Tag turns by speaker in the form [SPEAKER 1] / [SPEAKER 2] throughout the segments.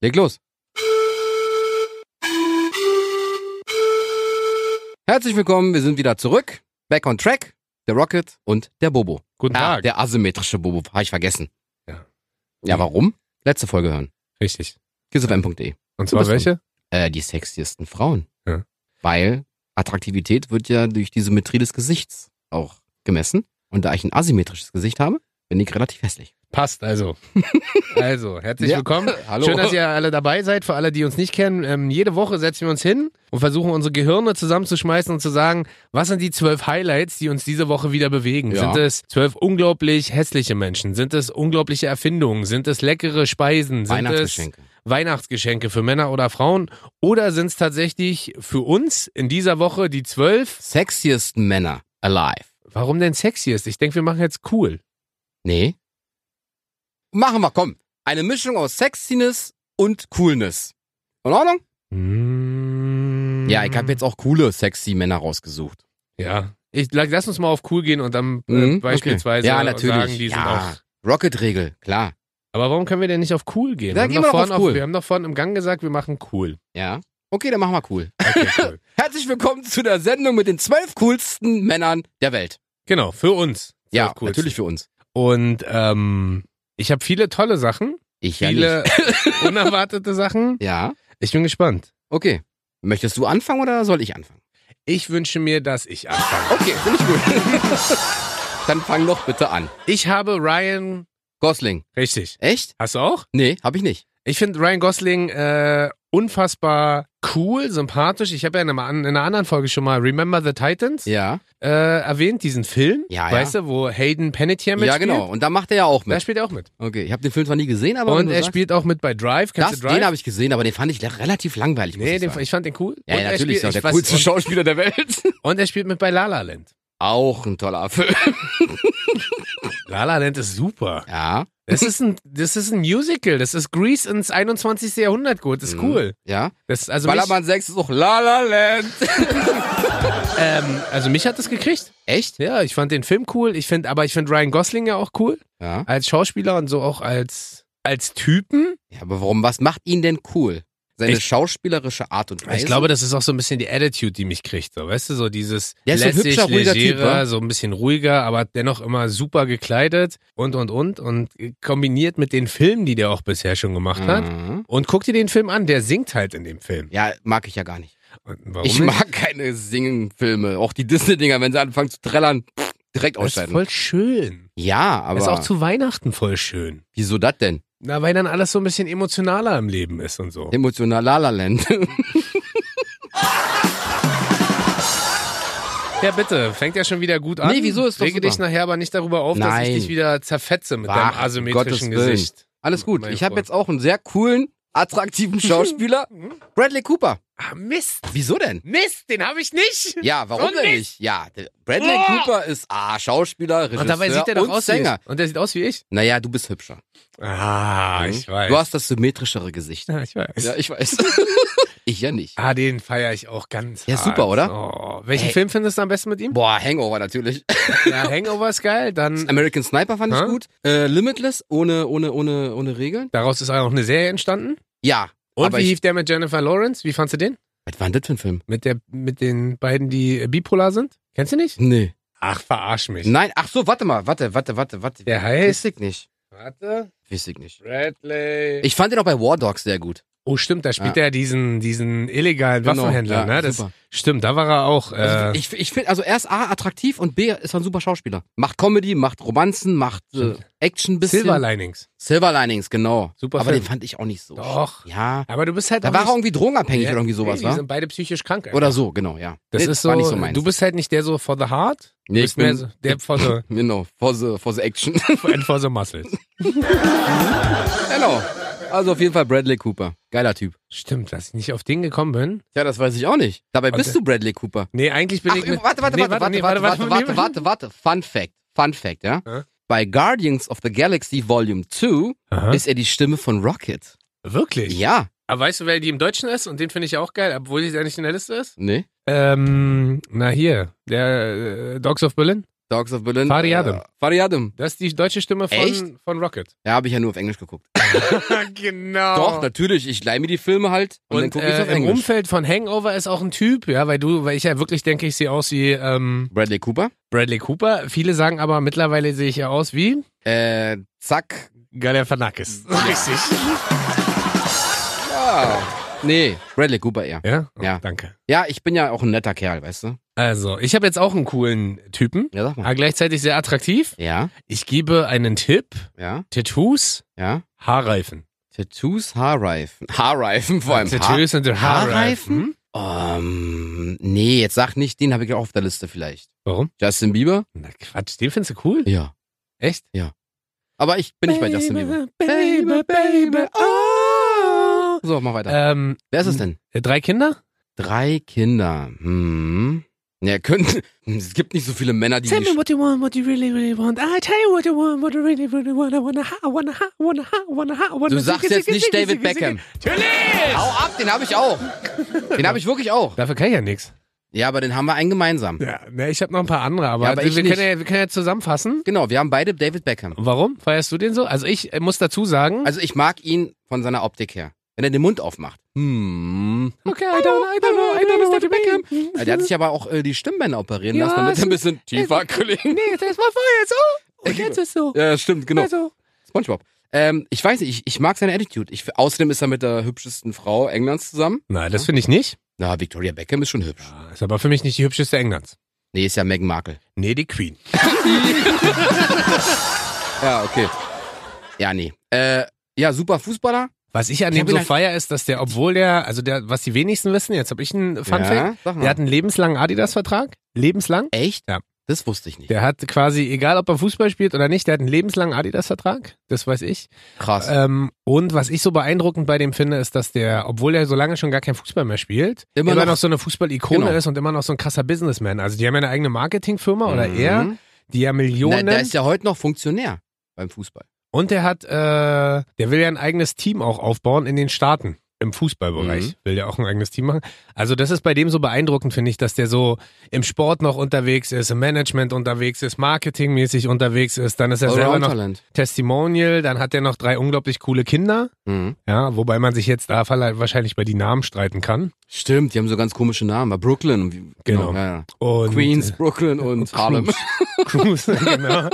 [SPEAKER 1] Leg los. Herzlich willkommen, wir sind wieder zurück. Back on Track, der Rocket und der Bobo.
[SPEAKER 2] Guten
[SPEAKER 1] Ah,
[SPEAKER 2] Tag.
[SPEAKER 1] der asymmetrische Bobo, habe ich vergessen.
[SPEAKER 2] Ja.
[SPEAKER 1] Ja, warum? Letzte Folge hören.
[SPEAKER 2] Richtig.
[SPEAKER 1] kissfm.de.
[SPEAKER 2] Und
[SPEAKER 1] Du
[SPEAKER 2] zwar
[SPEAKER 1] bist
[SPEAKER 2] welche?
[SPEAKER 1] Äh, die sexiesten Frauen.
[SPEAKER 2] Ja.
[SPEAKER 1] Weil Attraktivität wird ja durch die Symmetrie des Gesichts auch gemessen. Und da ich ein asymmetrisches Gesicht habe, bin ich relativ hässlich.
[SPEAKER 2] Passt also. also, herzlich
[SPEAKER 1] Ja.
[SPEAKER 2] willkommen.
[SPEAKER 1] Hallo.
[SPEAKER 2] Schön, dass ihr alle dabei seid. Für alle, die uns nicht kennen, ähm, jede Woche setzen wir uns hin und versuchen unsere Gehirne zusammenzuschmeißen und zu sagen, was sind die zwölf Highlights, die uns diese Woche wieder bewegen?
[SPEAKER 1] Ja.
[SPEAKER 2] Sind es zwölf unglaublich hässliche Menschen? Sind es unglaubliche Erfindungen? Sind es leckere Speisen? Sind es
[SPEAKER 1] Weihnachtsgeschenke.
[SPEAKER 2] Weihnachtsgeschenke für Männer oder Frauen? Oder sind es tatsächlich für uns in dieser Woche die zwölf?
[SPEAKER 1] Sexiesten Männer alive.
[SPEAKER 2] Warum denn sexy ist? Ich denke, wir machen jetzt cool.
[SPEAKER 1] Nee. Machen wir, komm. Eine Mischung aus Sexiness und Coolness. In Ordnung?
[SPEAKER 2] Hm.
[SPEAKER 1] Ja, ich habe jetzt auch coole, sexy Männer rausgesucht.
[SPEAKER 2] Ja. Ich, la- lass uns mal auf cool gehen und dann äh,
[SPEAKER 1] Mhm, okay.
[SPEAKER 2] beispielsweise
[SPEAKER 1] Ja, natürlich.
[SPEAKER 2] sagen, die sind
[SPEAKER 1] Ja.
[SPEAKER 2] auch.
[SPEAKER 1] Rocket-Regel, klar.
[SPEAKER 2] Aber warum können wir denn nicht auf cool gehen?
[SPEAKER 1] Ja,
[SPEAKER 2] wir, haben
[SPEAKER 1] gehen
[SPEAKER 2] doch
[SPEAKER 1] wir doch auf
[SPEAKER 2] vorhin
[SPEAKER 1] cool.
[SPEAKER 2] wir haben doch vorhin im Gang gesagt, wir machen cool.
[SPEAKER 1] Ja. Okay, dann machen wir cool.
[SPEAKER 2] Okay, cool.
[SPEAKER 1] Herzlich willkommen zu der Sendung mit den zwölf coolsten Männern der Welt.
[SPEAKER 2] genau, für uns.
[SPEAKER 1] Ja,
[SPEAKER 2] cool.
[SPEAKER 1] natürlich für uns.
[SPEAKER 2] Und ähm, ich habe viele tolle Sachen,
[SPEAKER 1] Ich ja nicht.
[SPEAKER 2] viele unerwartete Sachen.
[SPEAKER 1] Ja,
[SPEAKER 2] Ich bin gespannt.
[SPEAKER 1] okay. Möchtest du anfangen oder soll ich anfangen?
[SPEAKER 2] Ich wünsche mir, dass ich anfange.
[SPEAKER 1] Okay, finde ich gut. dann fang doch bitte an.
[SPEAKER 2] Ich habe Ryan.
[SPEAKER 1] Gosling.
[SPEAKER 2] Richtig.
[SPEAKER 1] Echt?
[SPEAKER 2] Hast du auch?
[SPEAKER 1] Nee, habe ich nicht.
[SPEAKER 2] Ich finde Ryan Gosling äh, unfassbar cool, sympathisch. Ich habe ja in, einem, an- in einer anderen Folge schon mal Remember the Titans
[SPEAKER 1] Ja.
[SPEAKER 2] äh, erwähnt, diesen Film.
[SPEAKER 1] Ja, ja.
[SPEAKER 2] weißt du, wo Hayden Panettiere mitspielt?
[SPEAKER 1] Ja, genau. Und da macht er ja auch
[SPEAKER 2] Da
[SPEAKER 1] mit.
[SPEAKER 2] spielt er auch mit.
[SPEAKER 1] Okay, ich habe den Film zwar nie gesehen, aber wenn
[SPEAKER 2] Und
[SPEAKER 1] du
[SPEAKER 2] er
[SPEAKER 1] sagst-
[SPEAKER 2] spielt auch mit bei Drive. Kennst
[SPEAKER 1] das,
[SPEAKER 2] du Drive?
[SPEAKER 1] den habe ich gesehen, aber den fand ich le- relativ langweilig. muss
[SPEAKER 2] nee,
[SPEAKER 1] ich
[SPEAKER 2] den,
[SPEAKER 1] sagen.
[SPEAKER 2] ich fand den cool.
[SPEAKER 1] ja,
[SPEAKER 2] und
[SPEAKER 1] ja, natürlich
[SPEAKER 2] er
[SPEAKER 1] ist er
[SPEAKER 2] spielt,
[SPEAKER 1] der
[SPEAKER 2] ich
[SPEAKER 1] coolste
[SPEAKER 2] weiß, und,
[SPEAKER 1] Schauspieler der Welt.
[SPEAKER 2] und er spielt mit bei La La Land.
[SPEAKER 1] Auch ein toller Film.
[SPEAKER 2] La La Land ist super.
[SPEAKER 1] Ja,
[SPEAKER 2] Das ist ein, das ist ein Musical. Das ist Grease ins 21. Jahrhundert gut. Das ist
[SPEAKER 1] Mhm.
[SPEAKER 2] cool.
[SPEAKER 1] ja.
[SPEAKER 2] Das, ist- also, mich,
[SPEAKER 1] Ballermann 6 ist auch La La Land.
[SPEAKER 2] ähm, also mich hat das gekriegt.
[SPEAKER 1] Echt?
[SPEAKER 2] Ja, ich fand den Film cool. Ich finde, aber ich finde Ryan Gosling ja auch cool.
[SPEAKER 1] Ja.
[SPEAKER 2] als Schauspieler und so auch als, als Typen.
[SPEAKER 1] Ja, aber warum, was macht ihn denn cool? Seine
[SPEAKER 2] Ich-
[SPEAKER 1] schauspielerische Art und Weise?
[SPEAKER 2] Ich glaube, das ist auch so ein bisschen die Attitude, die mich kriegt. So, weißt du, so dieses
[SPEAKER 1] Der ist so ein
[SPEAKER 2] lässig,
[SPEAKER 1] hübscher, ruhiger Typ,
[SPEAKER 2] legerer,
[SPEAKER 1] wa?
[SPEAKER 2] so ein bisschen ruhiger, aber dennoch immer super gekleidet und, und, und. Und kombiniert mit den Filmen, die der auch bisher schon gemacht hat.
[SPEAKER 1] Mhm.
[SPEAKER 2] Und guck dir den Film an, der singt halt in dem Film.
[SPEAKER 1] Ja, mag ich ja gar nicht.
[SPEAKER 2] Und warum
[SPEAKER 1] ich
[SPEAKER 2] nicht?
[SPEAKER 1] mag keine Singen-Filme. Auch die Disney-Dinger, wenn sie anfangen zu trällern, pff, direkt
[SPEAKER 2] das ist
[SPEAKER 1] ausscheiden.
[SPEAKER 2] voll schön.
[SPEAKER 1] Ja,
[SPEAKER 2] Das ist
[SPEAKER 1] aber
[SPEAKER 2] auch zu Weihnachten voll schön.
[SPEAKER 1] wieso das denn?
[SPEAKER 2] Na, weil dann alles so ein bisschen emotionaler im Leben ist und so.
[SPEAKER 1] Emotional La La Land.
[SPEAKER 2] Ja, bitte. Fängt ja schon wieder gut an.
[SPEAKER 1] Nee, wieso? Ist doch
[SPEAKER 2] Rege
[SPEAKER 1] super.
[SPEAKER 2] dich nachher aber nicht darüber auf, dass
[SPEAKER 1] Nein.
[SPEAKER 2] ich dich wieder zerfetze mit
[SPEAKER 1] Ach,
[SPEAKER 2] deinem
[SPEAKER 1] Gottes
[SPEAKER 2] asymmetrischen
[SPEAKER 1] Willen.
[SPEAKER 2] Gesicht.
[SPEAKER 1] Alles gut.
[SPEAKER 2] Mein
[SPEAKER 1] Ich habe
[SPEAKER 2] Freund.
[SPEAKER 1] jetzt auch einen sehr coolen, attraktiven Schauspieler. Bradley Cooper.
[SPEAKER 2] Ah, Mist.
[SPEAKER 1] Wieso denn?
[SPEAKER 2] Mist, den habe ich nicht.
[SPEAKER 1] Ja, warum
[SPEAKER 2] Und
[SPEAKER 1] denn nicht?
[SPEAKER 2] nicht?
[SPEAKER 1] Ja, der Bradley
[SPEAKER 2] Oh.
[SPEAKER 1] Cooper ist A, Schauspieler, Regisseur
[SPEAKER 2] und dabei sieht er doch
[SPEAKER 1] und
[SPEAKER 2] aus
[SPEAKER 1] Sänger.
[SPEAKER 2] wie ich. Und der sieht aus wie ich.
[SPEAKER 1] Naja, du bist hübscher.
[SPEAKER 2] Ah,
[SPEAKER 1] Mhm.
[SPEAKER 2] ich weiß.
[SPEAKER 1] Du hast das symmetrischere Gesicht.
[SPEAKER 2] ja, ich weiß.
[SPEAKER 1] Ja, ich weiß. ich ja nicht.
[SPEAKER 2] Ah, den feiere ich auch ganz
[SPEAKER 1] Ja,
[SPEAKER 2] hart.
[SPEAKER 1] super, oder?
[SPEAKER 2] Oh. Welchen
[SPEAKER 1] Ey.
[SPEAKER 2] Film findest du am besten mit ihm?
[SPEAKER 1] Boah, Hangover natürlich.
[SPEAKER 2] Ja, Hangover ist geil. Dann,
[SPEAKER 1] American Sniper fand ich
[SPEAKER 2] Hm. Hä?
[SPEAKER 1] gut. Äh, Limitless, ohne, ohne, ohne, ohne Regeln.
[SPEAKER 2] daraus ist auch eine Serie entstanden.
[SPEAKER 1] Ja.
[SPEAKER 2] Und
[SPEAKER 1] Aber
[SPEAKER 2] wie
[SPEAKER 1] ich-
[SPEAKER 2] hief der mit Jennifer Lawrence? Wie fandst du den?
[SPEAKER 1] Was war denn das für ein Film?
[SPEAKER 2] Mit, der, mit den beiden, die äh, bipolar sind? Kennst du nicht?
[SPEAKER 1] Nee.
[SPEAKER 2] Ach, verarsch mich.
[SPEAKER 1] Nein, ach so, warte mal, warte, warte, warte, warte.
[SPEAKER 2] Der
[SPEAKER 1] Weiß
[SPEAKER 2] heißt.
[SPEAKER 1] ich nicht.
[SPEAKER 2] Warte.
[SPEAKER 1] Weiß ich nicht.
[SPEAKER 2] Bradley.
[SPEAKER 1] Ich fand den auch bei War Dogs sehr gut.
[SPEAKER 2] oh, stimmt, da spielt er diesen, diesen illegalen
[SPEAKER 1] Genau,
[SPEAKER 2] Waffenhändler,
[SPEAKER 1] ja,
[SPEAKER 2] ne? Das,
[SPEAKER 1] super.
[SPEAKER 2] stimmt, da war er auch. Äh,
[SPEAKER 1] Also ich ich finde, also er ist A, attraktiv und B, ist ein super Schauspieler. Macht Comedy, macht Romanzen, macht äh, Action ein bisschen.
[SPEAKER 2] Silver Linings.
[SPEAKER 1] Silver Linings, genau.
[SPEAKER 2] Super
[SPEAKER 1] Aber
[SPEAKER 2] Film.
[SPEAKER 1] den fand ich auch nicht so.
[SPEAKER 2] Doch.
[SPEAKER 1] Ja.
[SPEAKER 2] Aber du bist halt
[SPEAKER 1] Da
[SPEAKER 2] auch
[SPEAKER 1] war er
[SPEAKER 2] nicht,
[SPEAKER 1] irgendwie drogenabhängig oder irgendwie sowas,
[SPEAKER 2] nee, Die
[SPEAKER 1] wa?
[SPEAKER 2] sind beide psychisch krank. Alter.
[SPEAKER 1] Oder so, genau, ja.
[SPEAKER 2] das
[SPEAKER 1] Nee,
[SPEAKER 2] ist so,
[SPEAKER 1] war nicht so meins.
[SPEAKER 2] Du bist halt nicht der so for the heart.
[SPEAKER 1] Nee,
[SPEAKER 2] du
[SPEAKER 1] ich
[SPEAKER 2] bist mehr
[SPEAKER 1] bin-
[SPEAKER 2] so der for the,
[SPEAKER 1] Genau, for the, for the action.
[SPEAKER 2] and for the muscles.
[SPEAKER 1] genau. Also auf jeden Fall Bradley Cooper. Geiler Typ.
[SPEAKER 2] Stimmt, dass ich nicht auf den gekommen bin.
[SPEAKER 1] Ja, das weiß ich auch nicht. Dabei
[SPEAKER 2] Und,
[SPEAKER 1] bist
[SPEAKER 2] äh,
[SPEAKER 1] du Bradley Cooper.
[SPEAKER 2] Nee, eigentlich bin
[SPEAKER 1] Ach,
[SPEAKER 2] ich.
[SPEAKER 1] üb-
[SPEAKER 2] mit-
[SPEAKER 1] warte, warte,
[SPEAKER 2] nee,
[SPEAKER 1] warte, warte,
[SPEAKER 2] nee,
[SPEAKER 1] warte, warte, warte, warte,
[SPEAKER 2] warte.
[SPEAKER 1] warte. Fun Fact. Fun Fact, ja?
[SPEAKER 2] Ja.
[SPEAKER 1] Bei Guardians of the Galaxy Volume 2
[SPEAKER 2] Aha.
[SPEAKER 1] ist er die Stimme von Rocket.
[SPEAKER 2] Wirklich?
[SPEAKER 1] Ja.
[SPEAKER 2] Aber weißt du, wer die im Deutschen ist? Und den finde ich ja auch geil, obwohl der nicht in der Liste ist.
[SPEAKER 1] Nee.
[SPEAKER 2] Ähm, na hier, der äh, Dogs of Berlin.
[SPEAKER 1] Dogs of Berlin.
[SPEAKER 2] Fadi Adem.
[SPEAKER 1] Äh, Fadi Adem.
[SPEAKER 2] Das ist die deutsche Stimme
[SPEAKER 1] Echt?
[SPEAKER 2] von, von Rocket.
[SPEAKER 1] Ja, habe ich ja nur auf Englisch geguckt.
[SPEAKER 2] genau.
[SPEAKER 1] Doch, natürlich. Ich leih mir die Filme halt und, dann
[SPEAKER 2] Und
[SPEAKER 1] gucke ich auf
[SPEAKER 2] äh, im
[SPEAKER 1] Englisch.
[SPEAKER 2] Umfeld von Hangover ist auch ein Typ, ja, weil du, weil ich ja wirklich denke, ich sehe aus wie ähm,
[SPEAKER 1] Bradley Cooper.
[SPEAKER 2] Bradley Cooper. Viele sagen aber mittlerweile sehe ich ja aus wie
[SPEAKER 1] Äh, zack.
[SPEAKER 2] Galifianakis. Richtig.
[SPEAKER 1] Ja. Nee, Bradley Cooper eher.
[SPEAKER 2] Ja? Oh,
[SPEAKER 1] Ja.
[SPEAKER 2] Danke.
[SPEAKER 1] Ja, ich bin ja auch ein netter Kerl, weißt du?
[SPEAKER 2] Also, ich habe jetzt auch einen coolen Typen,
[SPEAKER 1] Ja, sag mal.
[SPEAKER 2] aber gleichzeitig sehr attraktiv.
[SPEAKER 1] Ja,
[SPEAKER 2] Ich gebe einen Tipp:
[SPEAKER 1] ja,
[SPEAKER 2] Tattoos,
[SPEAKER 1] ja.
[SPEAKER 2] Haarreifen.
[SPEAKER 1] Tattoos, Haarreifen. Haarreifen vor allem. Haar
[SPEAKER 2] Tattoos sind Haarreifen. Hm?
[SPEAKER 1] Haarreifen? Ähm, nee, jetzt sag nicht, den habe ich auch auf der Liste vielleicht.
[SPEAKER 2] Warum?
[SPEAKER 1] Justin Bieber?
[SPEAKER 2] Na Quatsch, den findest du cool?
[SPEAKER 1] Ja.
[SPEAKER 2] Echt?
[SPEAKER 1] Aber ich bin nicht bei Justin Bieber.
[SPEAKER 2] Baby, baby, oh.
[SPEAKER 1] So, mach weiter.
[SPEAKER 2] Ähm,
[SPEAKER 1] Wer ist es denn?
[SPEAKER 2] äh, drei Kinder?
[SPEAKER 1] Drei Kinder. Hm. Ja, könnten. Es gibt nicht so viele Männer, die. die
[SPEAKER 2] what you want, what you really, really want. I tell you what you want, what you really, really want. I wanna, ha, wanna, ha, wanna, ha, wanna, ha, wanna.
[SPEAKER 1] du sagst jetzt nicht David Beckham.
[SPEAKER 2] Natürlich!
[SPEAKER 1] Hau ab, den habe ich auch. Den habe ich wirklich auch.
[SPEAKER 2] Dafür kann ich ja nichts.
[SPEAKER 1] Ja, aber den haben wir einen gemeinsam.
[SPEAKER 2] Ja, ne, ich habe noch ein paar andere, aber,
[SPEAKER 1] Ja, aber ich
[SPEAKER 2] wir,
[SPEAKER 1] nicht.
[SPEAKER 2] können ja, wir können ja zusammenfassen.
[SPEAKER 1] Genau, wir haben beide David Beckham.
[SPEAKER 2] Warum feierst du den so? Also ich äh, muss dazu sagen,
[SPEAKER 1] Also ich mag ihn von seiner Optik her. Wenn er den Mund aufmacht. Hm.
[SPEAKER 2] okay, I don't, I don't know, I don't know what you Beckham.
[SPEAKER 1] Ja, Der hat sich aber auch äh, die Stimmbänder operieren
[SPEAKER 2] Ja,
[SPEAKER 1] lassen, damit
[SPEAKER 2] es
[SPEAKER 1] er ein
[SPEAKER 2] ist-
[SPEAKER 1] bisschen tiefer klingt.
[SPEAKER 2] Nee, das war vorher so. Und jetzt ist so.
[SPEAKER 1] Ja, stimmt, genau.
[SPEAKER 2] Also,
[SPEAKER 1] Spongebob. Ähm, ich weiß nicht, ich, ich mag seine Attitude. Ich, außerdem ist er mit der hübschesten Frau Englands zusammen.
[SPEAKER 2] Nein, das finde ich nicht.
[SPEAKER 1] Na, Victoria Beckham ist schon hübsch.
[SPEAKER 2] Ist aber für mich nicht die hübscheste Englands.
[SPEAKER 1] Nee, ist ja Meghan Markle.
[SPEAKER 2] Nee, die Queen.
[SPEAKER 1] Ja, okay. Ja, nee. Äh, ja, super Fußballer.
[SPEAKER 2] Was ich an
[SPEAKER 1] Ich
[SPEAKER 2] dem
[SPEAKER 1] hab
[SPEAKER 2] so
[SPEAKER 1] ihn halt-
[SPEAKER 2] feier ist, dass der, obwohl der, also der, was die wenigsten wissen, jetzt habe ich einen Fun Fact,
[SPEAKER 1] ja, sag mal.
[SPEAKER 2] der hat einen lebenslangen Adidas-Vertrag. Lebenslang.
[SPEAKER 1] Echt?
[SPEAKER 2] Ja.
[SPEAKER 1] Das wusste ich nicht.
[SPEAKER 2] Der hat quasi, egal ob er Fußball spielt oder nicht, der hat einen lebenslangen Adidas-Vertrag. Das weiß ich.
[SPEAKER 1] Krass.
[SPEAKER 2] Ähm, und was ich so beeindruckend bei dem finde, ist, dass der, obwohl er so lange schon gar kein Fußball mehr spielt,
[SPEAKER 1] Immer
[SPEAKER 2] immer,
[SPEAKER 1] noch-
[SPEAKER 2] noch, so eine Fußball-Ikone
[SPEAKER 1] Genau.
[SPEAKER 2] ist und immer noch so ein krasser Businessman. Also die haben ja eine eigene Marketingfirma oder
[SPEAKER 1] Mhm.
[SPEAKER 2] er, die ja
[SPEAKER 1] Na,
[SPEAKER 2] Millionen.
[SPEAKER 1] der ist ja heute noch Funktionär beim Fußball.
[SPEAKER 2] und der hat, äh, der will ja ein eigenes Team auch aufbauen in den Staaten. Im Fußballbereich
[SPEAKER 1] Mhm.
[SPEAKER 2] will der auch ein eigenes Team machen. Also das ist bei dem so beeindruckend, finde ich, dass der so im Sport noch unterwegs ist, im Management unterwegs ist, marketingmäßig unterwegs ist. Dann ist er selber noch
[SPEAKER 1] Allround-Talent.
[SPEAKER 2] Testimonial, dann hat er noch drei unglaublich coole Kinder.
[SPEAKER 1] Mhm.
[SPEAKER 2] Ja, wobei man sich jetzt da verle- wahrscheinlich bei die Namen streiten kann.
[SPEAKER 1] Stimmt, die haben so ganz komische Namen. Bei Brooklyn. und wie-
[SPEAKER 2] Genau.
[SPEAKER 1] ja, ja.
[SPEAKER 2] Und äh,
[SPEAKER 1] Queens, Brooklyn und Harlem.
[SPEAKER 2] Cruise, genau.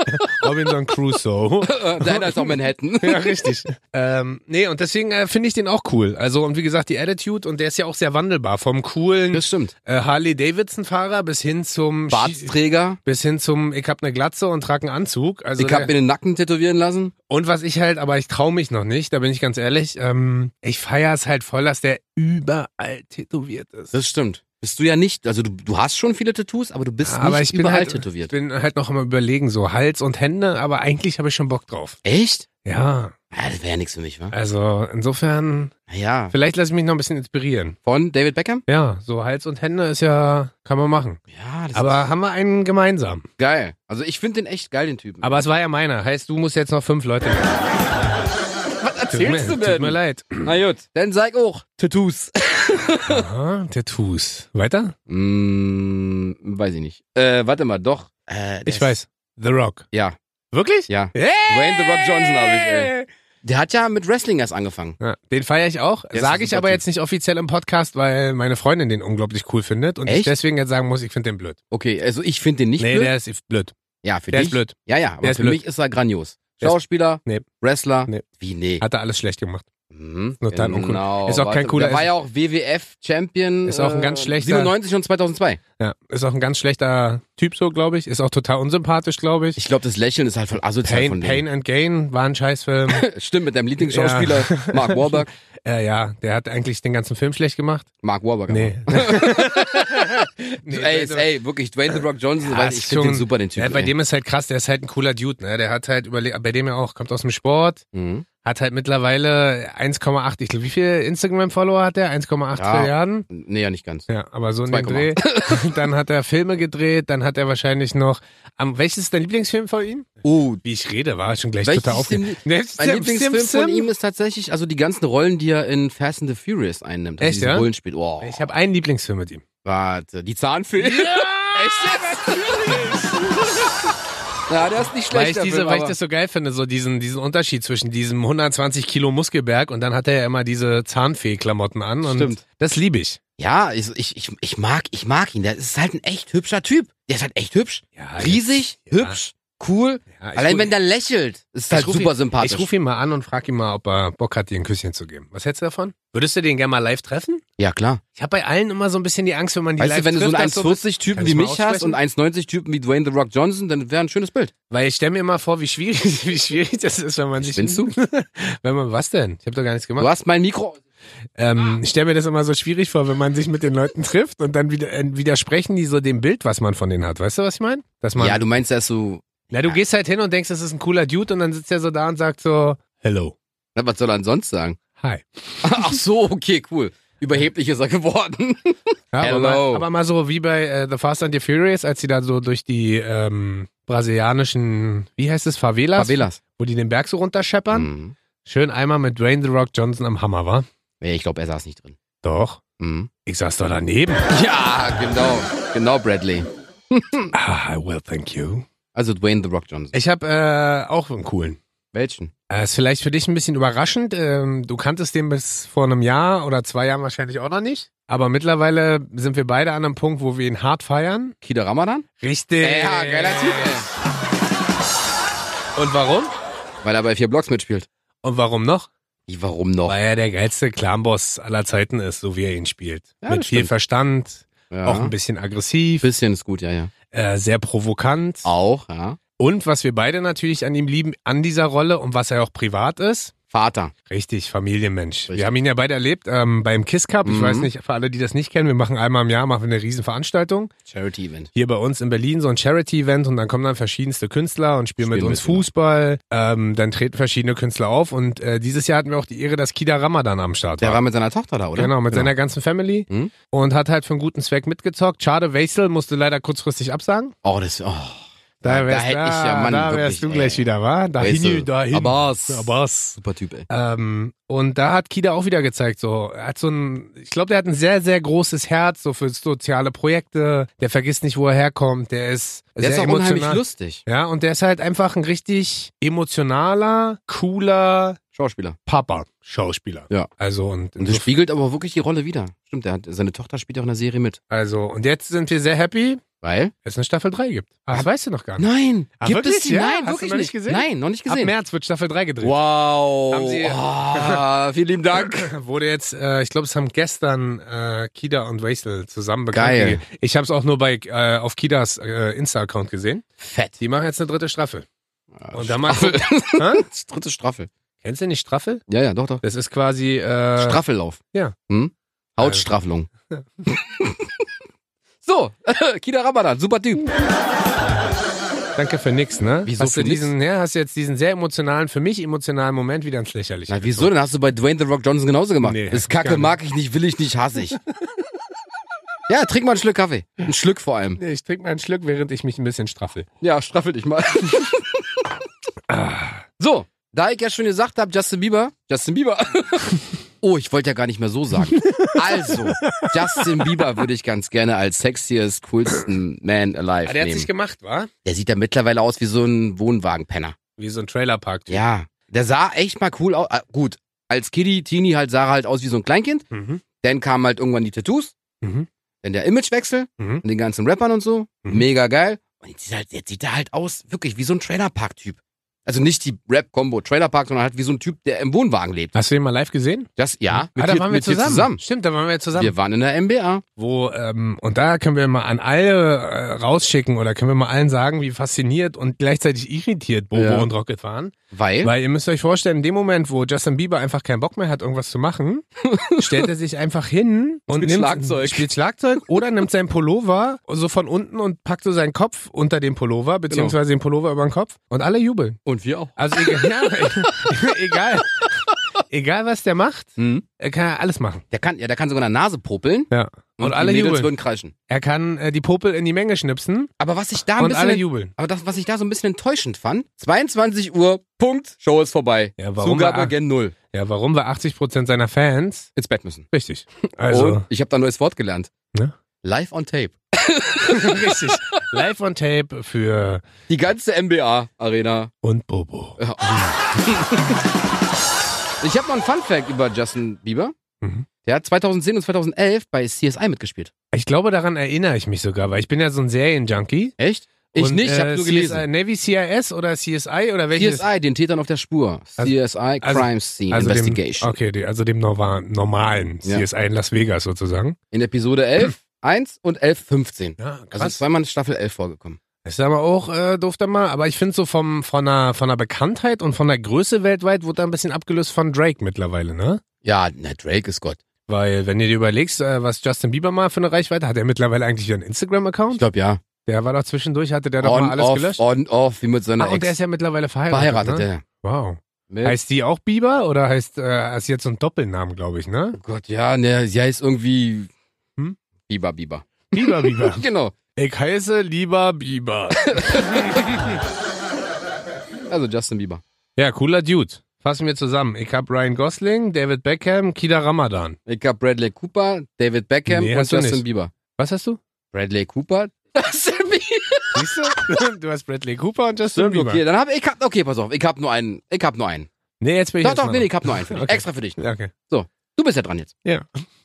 [SPEAKER 2] Robinson Crusoe.
[SPEAKER 1] Äh, Der eine ist auch Manhattan.
[SPEAKER 2] Ja, richtig. ähm, nee, und deswegen äh, finde ich den auch cool. Also, und wie gesagt, die Attitude, und der ist ja auch sehr wandelbar. Vom coolen
[SPEAKER 1] Das stimmt.
[SPEAKER 2] äh, Harley-Davidson-Fahrer bis hin zum Schie-
[SPEAKER 1] Bartträger.
[SPEAKER 2] bis hin zum, ich hab eine Glatze und trage einen Anzug. Also
[SPEAKER 1] ich habe
[SPEAKER 2] der-
[SPEAKER 1] mir den Nacken tätowieren lassen.
[SPEAKER 2] Und was ich halt, aber ich traue mich noch nicht, da bin ich ganz ehrlich, ähm, ich feiere es halt voll, dass der überall tätowiert ist.
[SPEAKER 1] Das stimmt. Bist du ja nicht, also du, du hast schon viele Tattoos, aber du bist
[SPEAKER 2] aber
[SPEAKER 1] nicht
[SPEAKER 2] ich bin
[SPEAKER 1] überall
[SPEAKER 2] halt,
[SPEAKER 1] tätowiert.
[SPEAKER 2] Ich bin halt noch immer überlegen, so Hals und Hände, aber eigentlich habe ich schon Bock drauf.
[SPEAKER 1] Echt?
[SPEAKER 2] Ja,
[SPEAKER 1] Ja, das wäre ja nichts für mich, wa?
[SPEAKER 2] also insofern,
[SPEAKER 1] Ja.
[SPEAKER 2] vielleicht lasse ich mich noch ein bisschen inspirieren.
[SPEAKER 1] Von David Beckham?
[SPEAKER 2] Ja, so Hals und Hände ist ja, kann man machen.
[SPEAKER 1] Ja, das
[SPEAKER 2] Aber haben wir einen gemeinsam.
[SPEAKER 1] ist geil. Also ich finde den echt geil, den Typen.
[SPEAKER 2] Aber es war ja meiner, heißt du musst jetzt noch fünf Leute.
[SPEAKER 1] was
[SPEAKER 2] Tut mir, tut mir leid.
[SPEAKER 1] Na gut, dann sag auch Tattoos.
[SPEAKER 2] Aha, Tattoos. Weiter?
[SPEAKER 1] mm, weiß ich nicht. Äh, warte mal, doch. Äh,
[SPEAKER 2] Ich
[SPEAKER 1] das-
[SPEAKER 2] weiß. The Rock.
[SPEAKER 1] Ja,
[SPEAKER 2] Wirklich?
[SPEAKER 1] ja.
[SPEAKER 2] Hey!
[SPEAKER 1] Dwayne The Rock Johnson hab ich, ey. Der hat ja mit Wrestling erst angefangen.
[SPEAKER 2] Ja, den feiere ich auch.
[SPEAKER 1] ist
[SPEAKER 2] Sage
[SPEAKER 1] ein
[SPEAKER 2] ich
[SPEAKER 1] super
[SPEAKER 2] aber
[SPEAKER 1] Typ.
[SPEAKER 2] jetzt nicht offiziell im Podcast, weil meine Freundin den unglaublich cool findet und ich
[SPEAKER 1] Echt?
[SPEAKER 2] deswegen jetzt sagen muss, ich finde den blöd.
[SPEAKER 1] Okay, also ich finde den nicht
[SPEAKER 2] nee,
[SPEAKER 1] blöd.
[SPEAKER 2] der ist blöd.
[SPEAKER 1] ja, für
[SPEAKER 2] Der
[SPEAKER 1] dich.
[SPEAKER 2] ist blöd.
[SPEAKER 1] Ja, ja, aber
[SPEAKER 2] Der ist
[SPEAKER 1] für
[SPEAKER 2] blöd.
[SPEAKER 1] mich ist er grandios.
[SPEAKER 2] Der ist-
[SPEAKER 1] Schauspieler,
[SPEAKER 2] Nee.
[SPEAKER 1] Wrestler.
[SPEAKER 2] Nee.
[SPEAKER 1] Wie nee?
[SPEAKER 2] Hat er alles schlecht gemacht.
[SPEAKER 1] Mhm,
[SPEAKER 2] Total uncool. Ist auch kein
[SPEAKER 1] Warte,
[SPEAKER 2] cooler-
[SPEAKER 1] Der war ja auch WWF-Champion.
[SPEAKER 2] Ist auch ein ganz schlechter-
[SPEAKER 1] 97 äh, und 2002.
[SPEAKER 2] Ja, ist auch ein ganz schlechter Typ so, glaube ich. Ist auch total unsympathisch, glaube ich.
[SPEAKER 1] Ich glaube, das Lächeln ist halt voll asozial
[SPEAKER 2] Pain,
[SPEAKER 1] von dem.
[SPEAKER 2] Pain and Gain war ein Scheißfilm.
[SPEAKER 1] Stimmt, mit deinem Lieblingsschauspieler Mark Wahlberg.
[SPEAKER 2] äh, ja, der hat eigentlich den ganzen Film schlecht gemacht.
[SPEAKER 1] Mark Wahlberg.
[SPEAKER 2] Nee.
[SPEAKER 1] aber.
[SPEAKER 2] nee
[SPEAKER 1] ey,
[SPEAKER 2] also-
[SPEAKER 1] ey, wirklich, Dwayne The Rock Johnson,
[SPEAKER 2] Ja,
[SPEAKER 1] weiß, ich
[SPEAKER 2] ist
[SPEAKER 1] finde
[SPEAKER 2] schon-
[SPEAKER 1] den super, den Typen.
[SPEAKER 2] ja, bei
[SPEAKER 1] ey.
[SPEAKER 2] dem ist halt krass, der ist halt ein cooler Dude, ne? Der hat halt überlegt, bei dem ja auch, kommt aus dem Sport,
[SPEAKER 1] Mhm.
[SPEAKER 2] hat halt mittlerweile 1,8, ich glaube, wie viel Instagram-Follower hat der? 1,8
[SPEAKER 1] Ja.
[SPEAKER 2] Milliarden?
[SPEAKER 1] Nee, ja, nicht ganz.
[SPEAKER 2] Ja, aber so in dem
[SPEAKER 1] 2,8.
[SPEAKER 2] Dreh. dann hat er Filme gedreht, dann hat er wahrscheinlich noch, am, welches ist dein Lieblingsfilm von ihm?
[SPEAKER 1] Oh,
[SPEAKER 2] Wie ich rede, war schon gleich
[SPEAKER 1] Welches
[SPEAKER 2] total
[SPEAKER 1] ist denn-
[SPEAKER 2] aufgeregt.
[SPEAKER 1] mein Lieblingsfilm von ihm ist tatsächlich, also die ganzen Rollen, die er in Fast and the Furious einnimmt. Also
[SPEAKER 2] Echt,
[SPEAKER 1] diese
[SPEAKER 2] ja?
[SPEAKER 1] Rollen spielt. Oh,
[SPEAKER 2] Ich habe einen Lieblingsfilm mit ihm.
[SPEAKER 1] warte, die Zahnfee.
[SPEAKER 2] Ja,
[SPEAKER 1] Echt jetzt? Ja, der ist nicht schlecht.
[SPEAKER 2] Weil ich,
[SPEAKER 1] der
[SPEAKER 2] diese,
[SPEAKER 1] Film,
[SPEAKER 2] weil ich
[SPEAKER 1] aber-
[SPEAKER 2] das so geil finde, so diesen, diesen Unterschied zwischen diesem 120 Kilo Muskelberg und dann hat er ja immer diese Zahnfee-Klamotten an. Und
[SPEAKER 1] Stimmt.
[SPEAKER 2] Das liebe ich.
[SPEAKER 1] ja, ich, ich, ich, ich mag, ich mag ihn. Der ist halt ein echt hübscher Typ. Der ist halt echt hübsch.
[SPEAKER 2] Ja,
[SPEAKER 1] Riesig,
[SPEAKER 2] jetzt- ja.
[SPEAKER 1] hübsch, cool.
[SPEAKER 2] Ja, ich
[SPEAKER 1] Allein
[SPEAKER 2] ru-
[SPEAKER 1] wenn der lächelt, ist
[SPEAKER 2] Ich
[SPEAKER 1] halt
[SPEAKER 2] ruf
[SPEAKER 1] super
[SPEAKER 2] ihn-
[SPEAKER 1] sympathisch.
[SPEAKER 2] Ich rufe ihn mal an und frage ihn mal, ob er Bock hat, dir ein Küsschen zu geben. Was hältst du davon? Würdest du den gerne mal live treffen?
[SPEAKER 1] ja, klar.
[SPEAKER 2] Ich habe bei allen immer so ein bisschen die Angst, wenn man die
[SPEAKER 1] Weißt
[SPEAKER 2] live
[SPEAKER 1] du, wenn du so
[SPEAKER 2] trifft,
[SPEAKER 1] einen
[SPEAKER 2] dass so-
[SPEAKER 1] 1,40-Typen
[SPEAKER 2] Kann
[SPEAKER 1] wie
[SPEAKER 2] ich's mal
[SPEAKER 1] mich hast und 1,90-Typen wie Dwayne The Rock Johnson, dann wäre ein schönes Bild.
[SPEAKER 2] Weil ich stelle mir immer vor, wie schwierig, wie schwierig das ist, wenn man sich.
[SPEAKER 1] Spinnst du?
[SPEAKER 2] Wenn man, was denn? Ich habe doch gar nichts
[SPEAKER 1] Du
[SPEAKER 2] gemacht.
[SPEAKER 1] hast mein Mikro.
[SPEAKER 2] Ähm, ich stelle mir das immer so schwierig vor, wenn man sich mit den Leuten trifft und dann wieder, äh, widersprechen die so dem Bild, was man von denen hat. Weißt du, was ich meine? Dass man.
[SPEAKER 1] Ja, du meinst, er ist so,
[SPEAKER 2] na, du gehst halt hin und denkst, das ist ein cooler Dude und dann sitzt er so da und sagt so, Hello.
[SPEAKER 1] na, was soll er denn sonst sagen?
[SPEAKER 2] Hi.
[SPEAKER 1] Ach so, okay, cool. Überheblich ist er geworden.
[SPEAKER 2] Ja, aber, mal,
[SPEAKER 1] Hello.
[SPEAKER 2] aber mal so wie bei äh, The Fast and the Furious, als sie da so durch die ähm, brasilianischen, wie heißt es, Favelas,
[SPEAKER 1] Favelas.
[SPEAKER 2] wo die den Berg so runterscheppern.
[SPEAKER 1] Mhm.
[SPEAKER 2] Schön einmal mit Dwayne The Rock Johnson am Hammer, war.
[SPEAKER 1] Nee, ich glaube, er saß nicht drin.
[SPEAKER 2] Doch.
[SPEAKER 1] Mhm.
[SPEAKER 2] Ich saß da daneben.
[SPEAKER 1] Ja, genau. Genau, Bradley.
[SPEAKER 2] Ah, well, thank you.
[SPEAKER 1] Also Dwayne The Rock Johnson.
[SPEAKER 2] Ich habe äh, auch einen coolen.
[SPEAKER 1] Welchen?
[SPEAKER 2] Äh, ist vielleicht für dich ein bisschen überraschend. Ähm, du kanntest den bis vor einem Jahr oder zwei Jahren wahrscheinlich auch noch nicht. Aber mittlerweile sind wir beide an einem Punkt, wo wir ihn hart feiern.
[SPEAKER 1] Kida Ramadan?
[SPEAKER 2] Richtig.
[SPEAKER 1] Ja, geiler Typ, ey.
[SPEAKER 2] Und warum?
[SPEAKER 1] Weil er bei vier Blocks mitspielt.
[SPEAKER 2] Und warum noch?
[SPEAKER 1] Wie, Warum noch?
[SPEAKER 2] Weil er der geilste Clanboss aller Zeiten ist, so wie er ihn spielt.
[SPEAKER 1] Ja,
[SPEAKER 2] Mit
[SPEAKER 1] das
[SPEAKER 2] viel
[SPEAKER 1] stimmt.
[SPEAKER 2] Verstand,
[SPEAKER 1] Ja.
[SPEAKER 2] auch ein bisschen aggressiv,
[SPEAKER 1] bisschen ist gut, ja, ja.
[SPEAKER 2] äh, sehr provokant.
[SPEAKER 1] Auch, ja.
[SPEAKER 2] Und was wir beide natürlich an ihm lieben, an dieser Rolle und was er auch privat ist.
[SPEAKER 1] Vater.
[SPEAKER 2] Richtig, Familienmensch.
[SPEAKER 1] Richtig.
[SPEAKER 2] Wir haben ihn ja beide erlebt ähm, beim Kiss Cup. Ich
[SPEAKER 1] Mhm.
[SPEAKER 2] weiß nicht, für alle, die das nicht kennen, wir machen einmal im Jahr machen wir eine Riesenveranstaltung.
[SPEAKER 1] Charity Event.
[SPEAKER 2] Hier bei uns in Berlin so ein Charity-Event und dann kommen dann verschiedenste Künstler und spielen, mit
[SPEAKER 1] Spielen
[SPEAKER 2] uns
[SPEAKER 1] mit, ja.
[SPEAKER 2] Fußball. Ähm, dann treten verschiedene Künstler auf und äh, dieses Jahr hatten wir auch die Ehre, dass Kida Ramadan am Start
[SPEAKER 1] Der
[SPEAKER 2] war.
[SPEAKER 1] war mit seiner Tochter da, oder?
[SPEAKER 2] Genau, mit seiner ganzen Family
[SPEAKER 1] Mhm.
[SPEAKER 2] und hat halt für einen guten Zweck mitgezockt. Schade, Weissel musste leider kurzfristig absagen.
[SPEAKER 1] Oh, das. Oh.
[SPEAKER 2] Da wärst,
[SPEAKER 1] hätte ich ja, Mann,
[SPEAKER 2] da
[SPEAKER 1] wirklich,
[SPEAKER 2] wärst du
[SPEAKER 1] ey.
[SPEAKER 2] gleich wieder, wa?
[SPEAKER 1] Weissel.
[SPEAKER 2] Dahin, dahin.
[SPEAKER 1] Abbas.
[SPEAKER 2] Abbas.
[SPEAKER 1] Super Typ, ey.
[SPEAKER 2] Ähm, und da hat Kida auch wieder gezeigt, so, er hat so ein, ich glaube, der hat ein sehr, sehr großes Herz, so für soziale Projekte. Der vergisst nicht, wo er herkommt. Der ist
[SPEAKER 1] Der
[SPEAKER 2] sehr
[SPEAKER 1] ist auch
[SPEAKER 2] emotional.
[SPEAKER 1] unheimlich lustig.
[SPEAKER 2] Ja, und der ist halt einfach ein richtig emotionaler, cooler
[SPEAKER 1] Schauspieler.
[SPEAKER 2] Papa, Schauspieler.
[SPEAKER 1] Ja.
[SPEAKER 2] Also, und,
[SPEAKER 1] Und das spiegelt aber wirklich die Rolle wieder. Stimmt, der hat, seine Tochter spielt auch in der Serie mit.
[SPEAKER 2] also, und jetzt sind wir sehr happy,
[SPEAKER 1] Weil?
[SPEAKER 2] es eine Staffel 3 gibt. Ach, das weißt du noch gar nicht.
[SPEAKER 1] Nein!
[SPEAKER 2] Ah,
[SPEAKER 1] gibt es
[SPEAKER 2] wirklich?
[SPEAKER 1] die?
[SPEAKER 2] Ja,
[SPEAKER 1] Nein,
[SPEAKER 2] hast du
[SPEAKER 1] wirklich
[SPEAKER 2] noch
[SPEAKER 1] nicht.
[SPEAKER 2] nicht gesehen?
[SPEAKER 1] Nein, noch nicht
[SPEAKER 2] Ab
[SPEAKER 1] gesehen.
[SPEAKER 2] März wird Staffel 3 gedreht.
[SPEAKER 1] Wow.
[SPEAKER 2] Haben Sie-
[SPEAKER 1] Ah, vielen lieben Dank.
[SPEAKER 2] Wurde jetzt, äh, ich glaube, es haben gestern äh, Kida und Waisel zusammen bekannt.
[SPEAKER 1] Geil.
[SPEAKER 2] gegeben. Ich habe es auch nur bei äh, auf Kidas äh, Insta-Account gesehen.
[SPEAKER 1] Fett.
[SPEAKER 2] Die machen jetzt eine dritte Staffel. Und dann mal
[SPEAKER 1] Ah, Straffel.
[SPEAKER 2] Hä?
[SPEAKER 1] Das dritte Straffel.
[SPEAKER 2] Kennst du nicht Staffel?
[SPEAKER 1] Ja, ja, doch, doch.
[SPEAKER 2] Das ist quasi äh,
[SPEAKER 1] Straffellauf.
[SPEAKER 2] ja. Also.
[SPEAKER 1] Hm? Hautstraffelung. so, Kida Ramadan, super Typ.
[SPEAKER 2] Danke für nix, ne?
[SPEAKER 1] Wieso
[SPEAKER 2] hast du
[SPEAKER 1] für nix?
[SPEAKER 2] diesen, ja, hast jetzt diesen sehr emotionalen, für mich emotionalen Moment wieder ins Lächerliche.
[SPEAKER 1] Na, wieso denn? Hast du bei Dwayne The Rock Johnson genauso gemacht?
[SPEAKER 2] Nee,
[SPEAKER 1] ist kacke,
[SPEAKER 2] gar nicht.
[SPEAKER 1] mag ich nicht, will ich nicht, hasse ich. ja, trink mal einen Schluck Kaffee. Einen Schluck vor allem.
[SPEAKER 2] Nee, Ich trinke mal einen Schluck, während ich mich ein bisschen straffel.
[SPEAKER 1] Ja, straffel dich mal. so, da ich ja schon gesagt habe, Justin Bieber. Justin Bieber. oh, ich wollte ja gar nicht mehr so sagen. Also, Justin Bieber würde ich ganz gerne als sexiest, coolsten Man alive
[SPEAKER 2] Ah, der hat
[SPEAKER 1] nehmen.
[SPEAKER 2] sich gemacht, wa?
[SPEAKER 1] Der sieht ja mittlerweile aus wie so ein Wohnwagenpenner.
[SPEAKER 2] Wie so ein Trailerpark.
[SPEAKER 1] Ja. Der sah echt mal cool aus. Ah, gut, als Kitty, Teenie halt sah er halt aus wie so ein Kleinkind.
[SPEAKER 2] Mhm.
[SPEAKER 1] Dann kamen halt irgendwann die Tattoos,
[SPEAKER 2] Mhm.
[SPEAKER 1] dann der Imagewechsel
[SPEAKER 2] Mhm.
[SPEAKER 1] und den ganzen Rappern und so.
[SPEAKER 2] Mhm.
[SPEAKER 1] Mega geil. Und jetzt sieht, halt, jetzt sieht er halt aus, wirklich wie so ein Trailerpark-Typ. Also nicht die Rap-Kombo Trailerpark, sondern halt wie so ein Typ, der im Wohnwagen lebt.
[SPEAKER 2] Hast du ihn mal live gesehen?
[SPEAKER 1] Das, ja,
[SPEAKER 2] ah, da
[SPEAKER 1] dir-
[SPEAKER 2] waren wir
[SPEAKER 1] mit dir
[SPEAKER 2] zusammen. Stimmt, da waren wir zusammen.
[SPEAKER 1] Wir waren in der MBA.
[SPEAKER 2] wo ähm, und da können wir mal an alle äh, rausschicken oder können wir mal allen sagen, wie fasziniert und gleichzeitig irritiert Bobo
[SPEAKER 1] Ja.
[SPEAKER 2] und Rocket waren,
[SPEAKER 1] Weil,
[SPEAKER 2] weil ihr müsst euch vorstellen, in dem Moment, wo Justin Bieber einfach keinen Bock mehr hat, irgendwas zu machen, stellt er sich einfach hin und
[SPEAKER 1] Spielt
[SPEAKER 2] nimmt
[SPEAKER 1] Schlagzeug.
[SPEAKER 2] spielt Schlagzeug oder nimmt seinen Pullover so von unten und packt so seinen Kopf unter den Pullover
[SPEAKER 1] Genau.
[SPEAKER 2] beziehungsweise den Pullover über den Kopf und alle jubeln.
[SPEAKER 1] und wir auch.
[SPEAKER 2] Also egal, ja, egal, egal was der macht,
[SPEAKER 1] Mhm.
[SPEAKER 2] er kann ja alles machen.
[SPEAKER 1] Der kann, ja, der kann sogar an der Nase popeln.
[SPEAKER 2] Ja. Und,
[SPEAKER 1] die
[SPEAKER 2] alle
[SPEAKER 1] Mädels
[SPEAKER 2] jubeln.
[SPEAKER 1] würden kreischen.
[SPEAKER 2] Er kann äh, die Popel in die Menge schnipsen
[SPEAKER 1] Aber was ich da ein
[SPEAKER 2] und alle
[SPEAKER 1] bisschen,
[SPEAKER 2] jubeln.
[SPEAKER 1] aber das, was ich da so ein bisschen enttäuschend fand, 22 Uhr, Punkt, Show ist vorbei.
[SPEAKER 2] Ja, warum
[SPEAKER 1] Zugabe
[SPEAKER 2] war-
[SPEAKER 1] gen Null.
[SPEAKER 2] Ja, warum war 80% seiner Fans
[SPEAKER 1] Ins Bett müssen.
[SPEAKER 2] richtig? Also,
[SPEAKER 1] Und ich habe da ein neues Wort gelernt.
[SPEAKER 2] Ja.
[SPEAKER 1] Live on tape.
[SPEAKER 2] Richtig. Live on Tape für
[SPEAKER 1] Die ganze MBA-Arena.
[SPEAKER 2] und Bobo.
[SPEAKER 1] Ich habe noch einen Fun-Fact über Justin Bieber.
[SPEAKER 2] Mhm.
[SPEAKER 1] Der hat 2010 und 2011 bei CSI mitgespielt.
[SPEAKER 2] Ich glaube, daran erinnere ich mich sogar, weil ich bin ja so ein Serienjunkie.
[SPEAKER 1] Echt? Ich
[SPEAKER 2] Und,
[SPEAKER 1] nicht, ich habe
[SPEAKER 2] äh,
[SPEAKER 1] nur
[SPEAKER 2] CSI
[SPEAKER 1] gelesen.
[SPEAKER 2] Navy CIS oder CSI oder welches?
[SPEAKER 1] CSI, den Tätern auf der Spur.
[SPEAKER 2] Also-
[SPEAKER 1] CSI,
[SPEAKER 2] also-
[SPEAKER 1] Crime Scene
[SPEAKER 2] also
[SPEAKER 1] Investigation.
[SPEAKER 2] Dem, okay, die- also dem norma- normalen
[SPEAKER 1] Ja.
[SPEAKER 2] CSI in Las Vegas sozusagen.
[SPEAKER 1] In Episode 11, 1 und 11, 15.
[SPEAKER 2] Ja,
[SPEAKER 1] Also
[SPEAKER 2] krass.
[SPEAKER 1] zweimal in Staffel 11 vorgekommen.
[SPEAKER 2] Das ist aber auch äh, durfte mal, aber ich finde so vom von der von der Bekanntheit und von der Größe weltweit wurde er ein bisschen abgelöst von Drake mittlerweile, ne?
[SPEAKER 1] Ja, na, Drake ist Gott.
[SPEAKER 2] Weil wenn du dir überlegst, äh, was Justin Bieber mal für eine Reichweite hat, er mittlerweile eigentlich wieder einen Instagram
[SPEAKER 1] Ich
[SPEAKER 2] Account?
[SPEAKER 1] glaube, ja.
[SPEAKER 2] Der war doch zwischendurch hatte der doch mal
[SPEAKER 1] On,
[SPEAKER 2] alles
[SPEAKER 1] off,
[SPEAKER 2] gelöscht.
[SPEAKER 1] on, off, wie mit seiner
[SPEAKER 2] ah, und der ist
[SPEAKER 1] Ex.
[SPEAKER 2] ja mittlerweile verheiratet.
[SPEAKER 1] Verheiratet,
[SPEAKER 2] ne?
[SPEAKER 1] ja.
[SPEAKER 2] Wow.
[SPEAKER 1] Mit-
[SPEAKER 2] Heißt die auch Bieber oder heißt äh, ist jetzt so ein Doppelnamen, glaube ich, ne?
[SPEAKER 1] Oh Gott, ja, ne, sie heißt irgendwie
[SPEAKER 2] Hm?
[SPEAKER 1] Bieber, Bieber.
[SPEAKER 2] Bieber Bieber.
[SPEAKER 1] Genau.
[SPEAKER 2] ich heiße lieber Bieber.
[SPEAKER 1] Also Justin Bieber.
[SPEAKER 2] Ja, cooler Dude. Fassen wir zusammen. Ich hab Ryan Gosling, David Beckham, Kida Ramadan.
[SPEAKER 1] Ich hab Bradley Cooper, David Beckham
[SPEAKER 2] Nee,
[SPEAKER 1] und
[SPEAKER 2] hast du
[SPEAKER 1] Justin
[SPEAKER 2] nicht.
[SPEAKER 1] Bieber.
[SPEAKER 2] Was hast du?
[SPEAKER 1] Bradley Cooper, Justin Bieber.
[SPEAKER 2] Siehst du? Du hast Bradley Cooper und Justin
[SPEAKER 1] Stimmt,
[SPEAKER 2] Bieber.
[SPEAKER 1] okay, dann hab ich hab, okay, pass auf, ich hab nur einen, ich hab nur einen.
[SPEAKER 2] Nee, jetzt bin ich
[SPEAKER 1] Doch,
[SPEAKER 2] jetzt
[SPEAKER 1] doch,
[SPEAKER 2] mal
[SPEAKER 1] nee, nee,
[SPEAKER 2] dran.
[SPEAKER 1] ich hab nur einen für dich.
[SPEAKER 2] Okay.
[SPEAKER 1] Extra für dich.
[SPEAKER 2] Okay.
[SPEAKER 1] Du bist ja dran jetzt.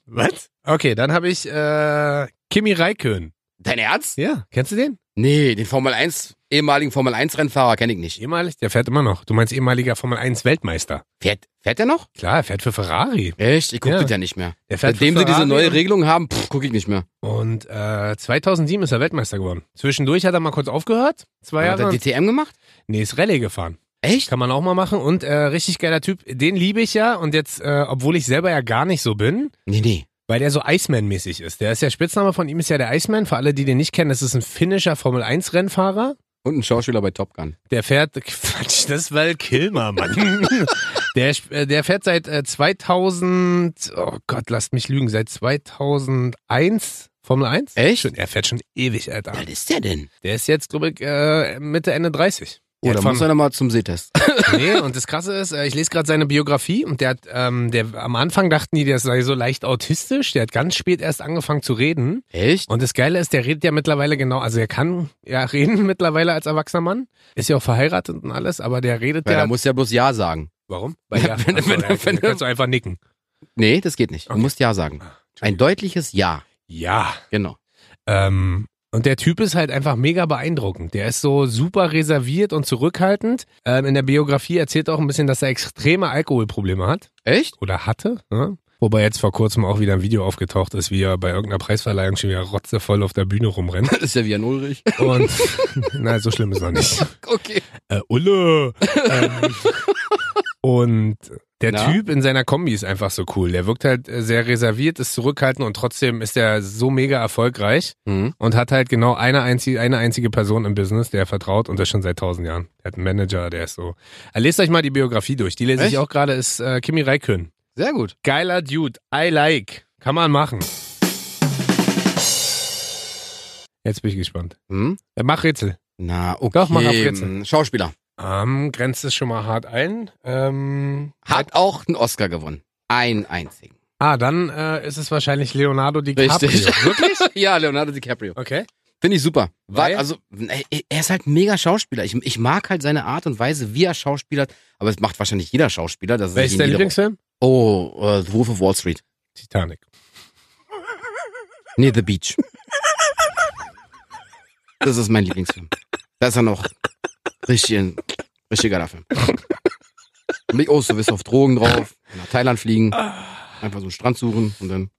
[SPEAKER 2] Was? Okay, dann habe ich äh, Kimi Räikkönen.
[SPEAKER 1] Dein Ernst?
[SPEAKER 2] Ja, kennst du den?
[SPEAKER 1] Nee, den Formel 1, ehemaligen Formel 1 Rennfahrer kenne ich nicht.
[SPEAKER 2] Ehemalig, der fährt immer noch. Du meinst ehemaliger Formel 1 Weltmeister.
[SPEAKER 1] Fährt, fährt der noch?
[SPEAKER 2] Klar, er fährt für Ferrari.
[SPEAKER 1] Echt? Ich guck
[SPEAKER 2] Ja.
[SPEAKER 1] das ja nicht mehr.
[SPEAKER 2] Der fährt
[SPEAKER 1] Seitdem
[SPEAKER 2] für
[SPEAKER 1] sie diese
[SPEAKER 2] Ferrari
[SPEAKER 1] neue
[SPEAKER 2] und-
[SPEAKER 1] Regelung haben, pff, guck ich nicht mehr.
[SPEAKER 2] Und äh, 2007 ist er Weltmeister geworden. Zwischendurch hat er mal kurz aufgehört. Zwei
[SPEAKER 1] Hat er
[SPEAKER 2] Jahre.
[SPEAKER 1] DTM gemacht?
[SPEAKER 2] Nee, ist Rallye gefahren.
[SPEAKER 1] Echt?
[SPEAKER 2] Kann man auch mal machen. Und äh, richtig geiler Typ. Den liebe ich ja. Und jetzt, äh, obwohl ich selber ja gar nicht so bin,
[SPEAKER 1] Nee, nee.
[SPEAKER 2] weil der so Iceman-mäßig ist. Der ist ja Spitzname von ihm, ist ja der Iceman. Für alle, die den nicht kennen, das ist ein finnischer Formel-1-Rennfahrer.
[SPEAKER 1] Und ein Schauspieler bei Top Gun.
[SPEAKER 2] Der fährt, Quatsch, das war Kilmer, Mann. der, sp- äh, der fährt seit äh, 2000, oh Gott, lasst mich lügen, seit 2001 Formel 1.
[SPEAKER 1] Echt?
[SPEAKER 2] Schon, er fährt schon ewig, Alter.
[SPEAKER 1] Was ist der denn?
[SPEAKER 2] Der ist jetzt, glaube ich, äh, Mitte, Ende 30.
[SPEAKER 1] Oh,
[SPEAKER 2] Der
[SPEAKER 1] da
[SPEAKER 2] hat
[SPEAKER 1] muss er nochmal zum Sehtest.
[SPEAKER 2] Nee, und das Krasse ist, äh, ich lese gerade seine Biografie und der hat, ähm, der, am Anfang dachten die, der sei so leicht autistisch. Der hat ganz spät erst angefangen zu reden.
[SPEAKER 1] Echt?
[SPEAKER 2] Und das Geile ist, der redet ja mittlerweile genau, also er kann ja reden mittlerweile als erwachsener Mann. Ist ja auch verheiratet und alles, aber der redet
[SPEAKER 1] Weil
[SPEAKER 2] ja.
[SPEAKER 1] da muss ja bloß Ja sagen.
[SPEAKER 2] warum? Weil ja,
[SPEAKER 1] Wenn-
[SPEAKER 2] achso,
[SPEAKER 1] wenn-
[SPEAKER 2] ja,
[SPEAKER 1] wenn-
[SPEAKER 2] kannst du einfach nicken.
[SPEAKER 1] Nee, das geht nicht. Du
[SPEAKER 2] Okay.
[SPEAKER 1] musst Ja sagen. Ein deutliches Ja.
[SPEAKER 2] Ja.
[SPEAKER 1] Genau.
[SPEAKER 2] Ähm, und der Typ ist halt einfach mega beeindruckend. Der ist so super reserviert und zurückhaltend. Ähm, in der Biografie erzählt er auch ein bisschen, dass er extreme Alkoholprobleme hat.
[SPEAKER 1] Echt?
[SPEAKER 2] oder hatte. Ne? Wobei jetzt vor kurzem auch wieder ein Video aufgetaucht ist, wie er bei irgendeiner Preisverleihung schon wieder rotzevoll auf der Bühne rumrennt.
[SPEAKER 1] Das ist ja wie ein Ulrich.
[SPEAKER 2] Und na, so schlimm ist er nicht.
[SPEAKER 1] Okay.
[SPEAKER 2] Äh, Ulle! Ähm, und der
[SPEAKER 1] Na?
[SPEAKER 2] Typ in seiner Kombi ist einfach so cool. Der wirkt halt äh, sehr reserviert, ist zurückhaltend und trotzdem ist er so mega erfolgreich
[SPEAKER 1] Mhm.
[SPEAKER 2] und hat halt genau eine einzige, eine einzige Person im Business, der er vertraut und das schon seit tausend Jahren. Er hat einen Manager, der ist so. Äh, Lest euch mal die Biografie durch. Die lese
[SPEAKER 1] Echt?
[SPEAKER 2] ich auch gerade, ist äh, Kimi Räikkönen.
[SPEAKER 1] Sehr gut.
[SPEAKER 2] Geiler Dude. I like. Kann man machen. Jetzt bin ich gespannt.
[SPEAKER 1] Hm?
[SPEAKER 2] Äh, Mach Rätsel.
[SPEAKER 1] Na, okay.
[SPEAKER 2] Doch, mach auf jetzt.
[SPEAKER 1] Hm, Schauspieler.
[SPEAKER 2] Ähm, grenzt es schon mal hart ein. Ähm,
[SPEAKER 1] Hat auch einen Oscar gewonnen. Einen einzigen.
[SPEAKER 2] ah, dann äh, ist es wahrscheinlich Leonardo DiCaprio.
[SPEAKER 1] Richtig.
[SPEAKER 2] Wirklich?
[SPEAKER 1] ja, Leonardo DiCaprio.
[SPEAKER 2] Okay.
[SPEAKER 1] Finde ich super. Weil?
[SPEAKER 2] Weil?
[SPEAKER 1] also, ey, er ist halt ein mega Schauspieler. Ich, ich mag halt seine Art und Weise, wie er schauspielert. Aber es macht wahrscheinlich jeder Schauspieler. Das
[SPEAKER 2] Wer ist dein Lieblingsfilm?
[SPEAKER 1] Oh, äh, The Wolf of Wall Street.
[SPEAKER 2] Titanic.
[SPEAKER 1] Nee, The Beach. Das ist mein Lieblingsfilm. Da ist er noch richtig ein richtig geiler Film. Mich auch so bist auf Drogen drauf, nach Thailand fliegen, einfach so einen Strand suchen und dann.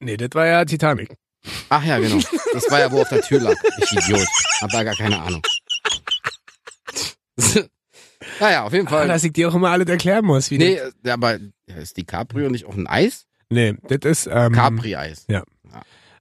[SPEAKER 2] Nee, das war ja Titanic.
[SPEAKER 1] Ach ja, genau. Das war ja, wo auf der Tür lag. Ich Idiot. Hab da gar keine Ahnung. naja, auf jeden
[SPEAKER 2] Ah,
[SPEAKER 1] Fall.
[SPEAKER 2] dass ich dir auch immer alles erklären muss. Wie
[SPEAKER 1] Nee, aber ist die Caprio nicht auch ein Eis?
[SPEAKER 2] Nee, das ist. Ähm,
[SPEAKER 1] Capri-Eis.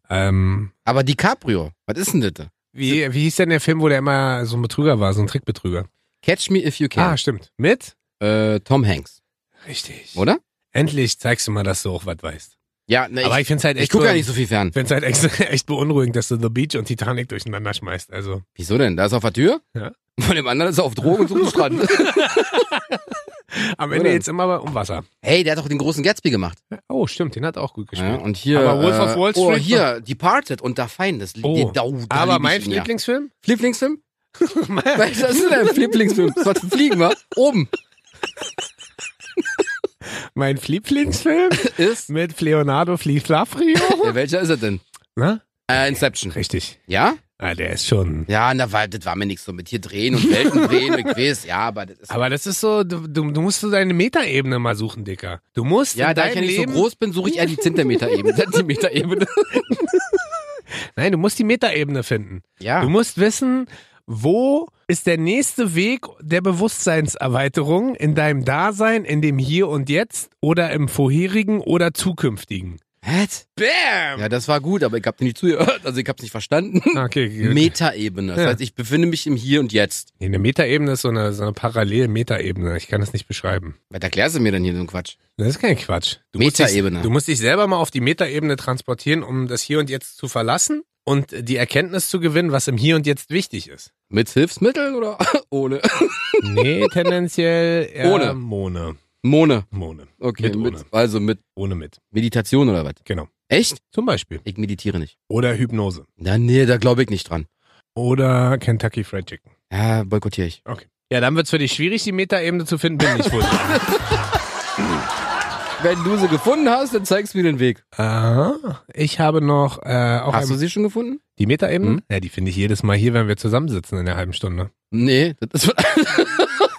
[SPEAKER 2] Ähm,
[SPEAKER 1] Aber DiCaprio, was ist denn das?
[SPEAKER 2] wie, wie hieß denn der Film, wo der immer so ein Betrüger war, so ein Trickbetrüger?
[SPEAKER 1] Catch Me If You
[SPEAKER 2] Ah,
[SPEAKER 1] Can.
[SPEAKER 2] stimmt. Mit?
[SPEAKER 1] äh, Tom Hanks,
[SPEAKER 2] Richtig.
[SPEAKER 1] oder?
[SPEAKER 2] Endlich zeigst du mal, dass du auch was weißt.
[SPEAKER 1] Ja, ne,
[SPEAKER 2] Aber ich
[SPEAKER 1] ich,
[SPEAKER 2] finde es halt
[SPEAKER 1] ich,
[SPEAKER 2] echt,
[SPEAKER 1] gucke
[SPEAKER 2] be-
[SPEAKER 1] ja nicht so viel fern.
[SPEAKER 2] find's halt echt, echt beunruhigend, dass du The Beach und Titanic durcheinander schmeißt. Also,
[SPEAKER 1] Wieso denn? Da ist er auf der Tür?
[SPEAKER 2] Ja.
[SPEAKER 1] Von dem anderen ist er auf Drogen zum Strand.
[SPEAKER 2] am
[SPEAKER 1] Oder?
[SPEAKER 2] Ende geht's immer um Wasser.
[SPEAKER 1] hey, der hat doch den großen Gatsby gemacht.
[SPEAKER 2] Oh, stimmt, den hat auch gut
[SPEAKER 1] Ja,
[SPEAKER 2] gespielt.
[SPEAKER 1] und hier.
[SPEAKER 2] Aber Wolf
[SPEAKER 1] äh,
[SPEAKER 2] of Wall
[SPEAKER 1] Oh,
[SPEAKER 2] Street-
[SPEAKER 1] hier, Departed und Da Fein. Das
[SPEAKER 2] Oh.
[SPEAKER 1] oh. da, da
[SPEAKER 2] Aber
[SPEAKER 1] lieb
[SPEAKER 2] mein
[SPEAKER 1] ich ihn, ja.
[SPEAKER 2] Lieblingsfilm?
[SPEAKER 1] Lieblingsfilm? Was ist denn dein Lieblingsfilm? Was für Fliegen, wa? Oben
[SPEAKER 2] mein Lieblingsfilm
[SPEAKER 1] ist.
[SPEAKER 2] mit Leonardo Flafrio?
[SPEAKER 1] Ja, welcher ist er denn?
[SPEAKER 2] Na?
[SPEAKER 1] Äh, Inception.
[SPEAKER 2] Richtig.
[SPEAKER 1] Ja?
[SPEAKER 2] Ah, der ist schon.
[SPEAKER 1] Ja, na, weil das war mir nichts so mit hier drehen und Welten drehen und Quiz. Ja, aber das ist.
[SPEAKER 2] Aber das ist so, du, du, du musst so deine Metaebene mal suchen, Dicker. Du musst
[SPEAKER 1] ja,
[SPEAKER 2] in
[SPEAKER 1] da ich
[SPEAKER 2] deinem
[SPEAKER 1] ja nicht
[SPEAKER 2] Leben,
[SPEAKER 1] so groß bin, suche ich eher die Zentimeter-Ebene. Zentimeter-Ebene.
[SPEAKER 2] nein, du musst die Metaebene finden. Du
[SPEAKER 1] Ja.
[SPEAKER 2] musst wissen, wo ist der nächste Weg der Bewusstseinserweiterung in deinem Dasein, in dem Hier und Jetzt oder im vorherigen oder zukünftigen?
[SPEAKER 1] Was?
[SPEAKER 2] Bam!
[SPEAKER 1] Ja, das war gut, aber ich hab dir nicht zugehört. Also ich hab's nicht verstanden.
[SPEAKER 2] Okay, gut.
[SPEAKER 1] Metaebene. Das
[SPEAKER 2] Ja.
[SPEAKER 1] heißt, ich befinde mich im Hier und Jetzt.
[SPEAKER 2] Nee, eine Metaebene ist so eine, so eine parallele Metaebene. Ich kann das nicht beschreiben.
[SPEAKER 1] Was erklärst du mir denn hier so einen Quatsch?
[SPEAKER 2] Das ist kein Quatsch. Du Musst
[SPEAKER 1] Metaebene.
[SPEAKER 2] dich, du musst dich selber mal auf die Metaebene transportieren, um das Hier und Jetzt zu verlassen und die Erkenntnis zu gewinnen, was im Hier und Jetzt wichtig ist.
[SPEAKER 1] Mit Hilfsmitteln oder ohne?
[SPEAKER 2] Nee, tendenziell eher
[SPEAKER 1] Ohne.
[SPEAKER 2] Mone.
[SPEAKER 1] Mone.
[SPEAKER 2] Mone.
[SPEAKER 1] Okay,
[SPEAKER 2] Mit
[SPEAKER 1] mit,
[SPEAKER 2] ohne.
[SPEAKER 1] also mit
[SPEAKER 2] Ohne mit.
[SPEAKER 1] Meditation oder was?
[SPEAKER 2] Genau.
[SPEAKER 1] Echt?
[SPEAKER 2] Zum Beispiel.
[SPEAKER 1] Ich meditiere nicht.
[SPEAKER 2] Oder Hypnose.
[SPEAKER 1] Na, nee, da glaube ich nicht dran.
[SPEAKER 2] Oder Kentucky Fried Chicken.
[SPEAKER 1] Ja, boykottiere ich.
[SPEAKER 2] Ja, dann wird es für dich schwierig, die Metaebene zu finden, bin ich wohl.
[SPEAKER 1] Wenn du sie gefunden hast, dann zeigst du mir den Weg.
[SPEAKER 2] Aha. Ah, Ich habe noch äh, auch
[SPEAKER 1] hast du
[SPEAKER 2] ein,
[SPEAKER 1] sie schon gefunden?
[SPEAKER 2] die Metaebene.
[SPEAKER 1] Hm?
[SPEAKER 2] Ja, die finde ich jedes Mal hier, wenn wir zusammensitzen in der halben Stunde.
[SPEAKER 1] Nee, das ist.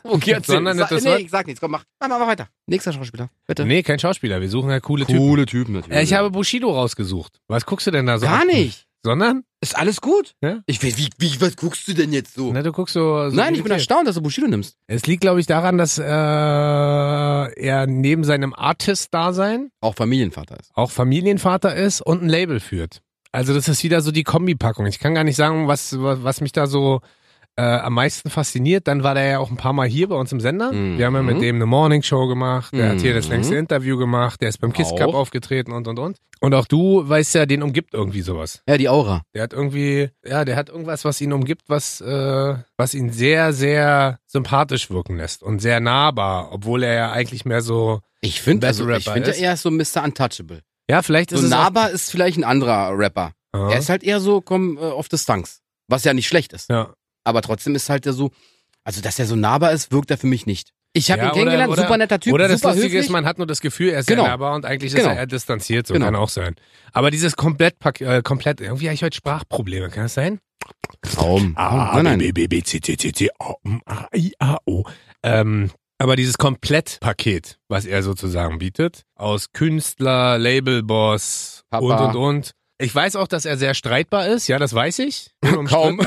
[SPEAKER 1] okay, erzähl.
[SPEAKER 2] Sondern
[SPEAKER 1] sag,
[SPEAKER 2] das
[SPEAKER 1] nee,
[SPEAKER 2] war-
[SPEAKER 1] ich sag nichts. Komm, mach. Mach mal mach weiter. Nächster Schauspieler. Bitte.
[SPEAKER 2] Nee, kein Schauspieler. Wir suchen ja coole Typen.
[SPEAKER 1] Typen
[SPEAKER 2] Äh,
[SPEAKER 1] natürlich.
[SPEAKER 2] ich habe Bushido rausgesucht. Was guckst du denn da so?
[SPEAKER 1] Gar
[SPEAKER 2] ab?
[SPEAKER 1] nicht.
[SPEAKER 2] Sondern?
[SPEAKER 1] Ist alles gut?
[SPEAKER 2] Ja?
[SPEAKER 1] Ich weiß, wie, wie, was guckst du denn jetzt so?
[SPEAKER 2] Na, du guckst so. so
[SPEAKER 1] Nein, ich bin
[SPEAKER 2] irritiert.
[SPEAKER 1] erstaunt, dass du Bushido nimmst.
[SPEAKER 2] Es liegt, glaube ich, daran, dass äh, er neben seinem Artist-Dasein
[SPEAKER 1] Auch Familienvater ist.
[SPEAKER 2] auch Familienvater ist und ein Label führt. Also das ist wieder so die Kombipackung. Ich kann gar nicht sagen, was, was mich da so äh, am meisten fasziniert. Dann war der ja auch ein paar Mal hier bei uns im Sender.
[SPEAKER 1] Mhm.
[SPEAKER 2] Wir haben ja mit dem eine Morning Show gemacht. Der hat hier das
[SPEAKER 1] Mhm.
[SPEAKER 2] längste Interview gemacht. Der ist beim Kiss Cup
[SPEAKER 1] Auch.
[SPEAKER 2] aufgetreten und, und, und. Und auch du weißt ja, den umgibt irgendwie sowas.
[SPEAKER 1] Ja, die Aura.
[SPEAKER 2] Der hat irgendwie, ja, der hat irgendwas, was ihn umgibt, was, äh, was ihn sehr, sehr sympathisch wirken lässt und sehr nahbar, obwohl er ja eigentlich mehr so,
[SPEAKER 1] Ich finde,
[SPEAKER 2] Best
[SPEAKER 1] also, ich
[SPEAKER 2] Rapper
[SPEAKER 1] finde
[SPEAKER 2] ist.
[SPEAKER 1] er ist so Mr. Untouchable.
[SPEAKER 2] ja, vielleicht ist
[SPEAKER 1] So
[SPEAKER 2] es
[SPEAKER 1] Naba ist vielleicht ein anderer Rapper.
[SPEAKER 2] auch,
[SPEAKER 1] Er ist halt eher so, komm, äh, auf Distanz. Was ja nicht schlecht ist.
[SPEAKER 2] ja.
[SPEAKER 1] Aber trotzdem ist halt er so, also dass er so nahbar ist, wirkt er für mich nicht. Ich habe
[SPEAKER 2] Ja,
[SPEAKER 1] ihn kennengelernt,
[SPEAKER 2] oder-
[SPEAKER 1] super netter Typ,
[SPEAKER 2] Oder das
[SPEAKER 1] super
[SPEAKER 2] Lustige
[SPEAKER 1] höflich.
[SPEAKER 2] ist, man hat nur das Gefühl, er ist
[SPEAKER 1] Genau.
[SPEAKER 2] sehr nahbar und eigentlich
[SPEAKER 1] Genau.
[SPEAKER 2] ist er eher distanziert. So
[SPEAKER 1] Genau.
[SPEAKER 2] kann auch sein. Aber dieses komplett, äh, komplett, irgendwie habe ich heute Sprachprobleme. Kann das sein?
[SPEAKER 1] Traum. Oh, nein, nein.
[SPEAKER 2] Ah, B, B, C, C, C, C, O, M, A, I, A, O. Ähm, aber dieses Komplettpaket, was er sozusagen bietet, aus Künstler, Labelboss und,
[SPEAKER 1] Papa.
[SPEAKER 2] und, und. Ich weiß auch, dass er sehr streitbar ist. Ja, das weiß ich.
[SPEAKER 1] Kaum.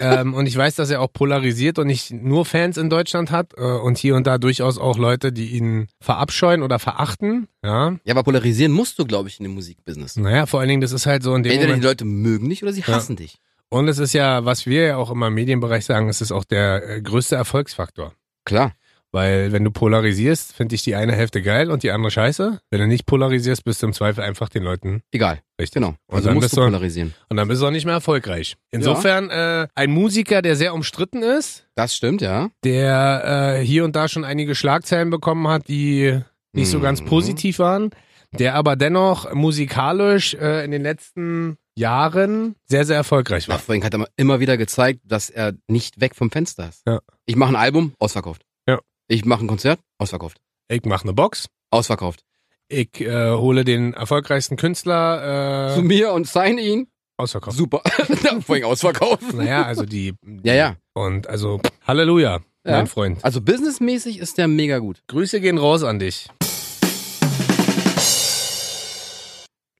[SPEAKER 2] Ähm, und ich weiß, dass er auch polarisiert und nicht nur Fans in Deutschland hat äh, und hier und da durchaus auch Leute, die ihn verabscheuen oder verachten. Ja,
[SPEAKER 1] Ja, aber polarisieren musst du, glaube ich, in dem Musikbusiness.
[SPEAKER 2] naja, vor allen Dingen, das ist halt so in dem
[SPEAKER 1] Entweder die
[SPEAKER 2] Moment.
[SPEAKER 1] Leute mögen dich oder sie hassen dich.
[SPEAKER 2] Und es ist ja, was wir ja auch immer im Medienbereich sagen, es ist auch der äh, größte Erfolgsfaktor.
[SPEAKER 1] Klar.
[SPEAKER 2] Weil wenn du polarisierst, finde ich die eine Hälfte geil und die andere scheiße. Wenn du nicht polarisierst, bist du im Zweifel einfach den Leuten
[SPEAKER 1] Egal.
[SPEAKER 2] richtig.
[SPEAKER 1] Genau. Also
[SPEAKER 2] dann
[SPEAKER 1] musst
[SPEAKER 2] bist
[SPEAKER 1] du
[SPEAKER 2] du-
[SPEAKER 1] polarisieren.
[SPEAKER 2] Und dann bist du auch nicht mehr erfolgreich. Insofern äh, ein Musiker, der sehr umstritten ist,
[SPEAKER 1] Das stimmt, ja.
[SPEAKER 2] der äh, hier und da schon einige Schlagzeilen bekommen hat, die nicht so ganz
[SPEAKER 1] Mhm.
[SPEAKER 2] positiv waren, der aber dennoch musikalisch äh, in den letzten Jahren sehr, sehr erfolgreich
[SPEAKER 1] Ja,
[SPEAKER 2] war.
[SPEAKER 1] vorhin hat er immer wieder gezeigt, dass er nicht weg vom Fenster ist.
[SPEAKER 2] Ja.
[SPEAKER 1] Ich mache ein Album, ausverkauft.
[SPEAKER 2] Ja.
[SPEAKER 1] Ich mache ein Konzert, ausverkauft.
[SPEAKER 2] Ich mache eine Box,
[SPEAKER 1] Ausverkauft.
[SPEAKER 2] ich äh, hole den erfolgreichsten Künstler
[SPEAKER 1] Zu
[SPEAKER 2] äh,
[SPEAKER 1] mir und sign ihn.
[SPEAKER 2] ausverkauft.
[SPEAKER 1] Super. vorhin ausverkauft.
[SPEAKER 2] Naja, also die, die.
[SPEAKER 1] Ja, ja.
[SPEAKER 2] Und also, Halleluja,
[SPEAKER 1] Ja.
[SPEAKER 2] mein Freund.
[SPEAKER 1] Also businessmäßig ist der mega gut.
[SPEAKER 2] Grüße gehen raus an dich.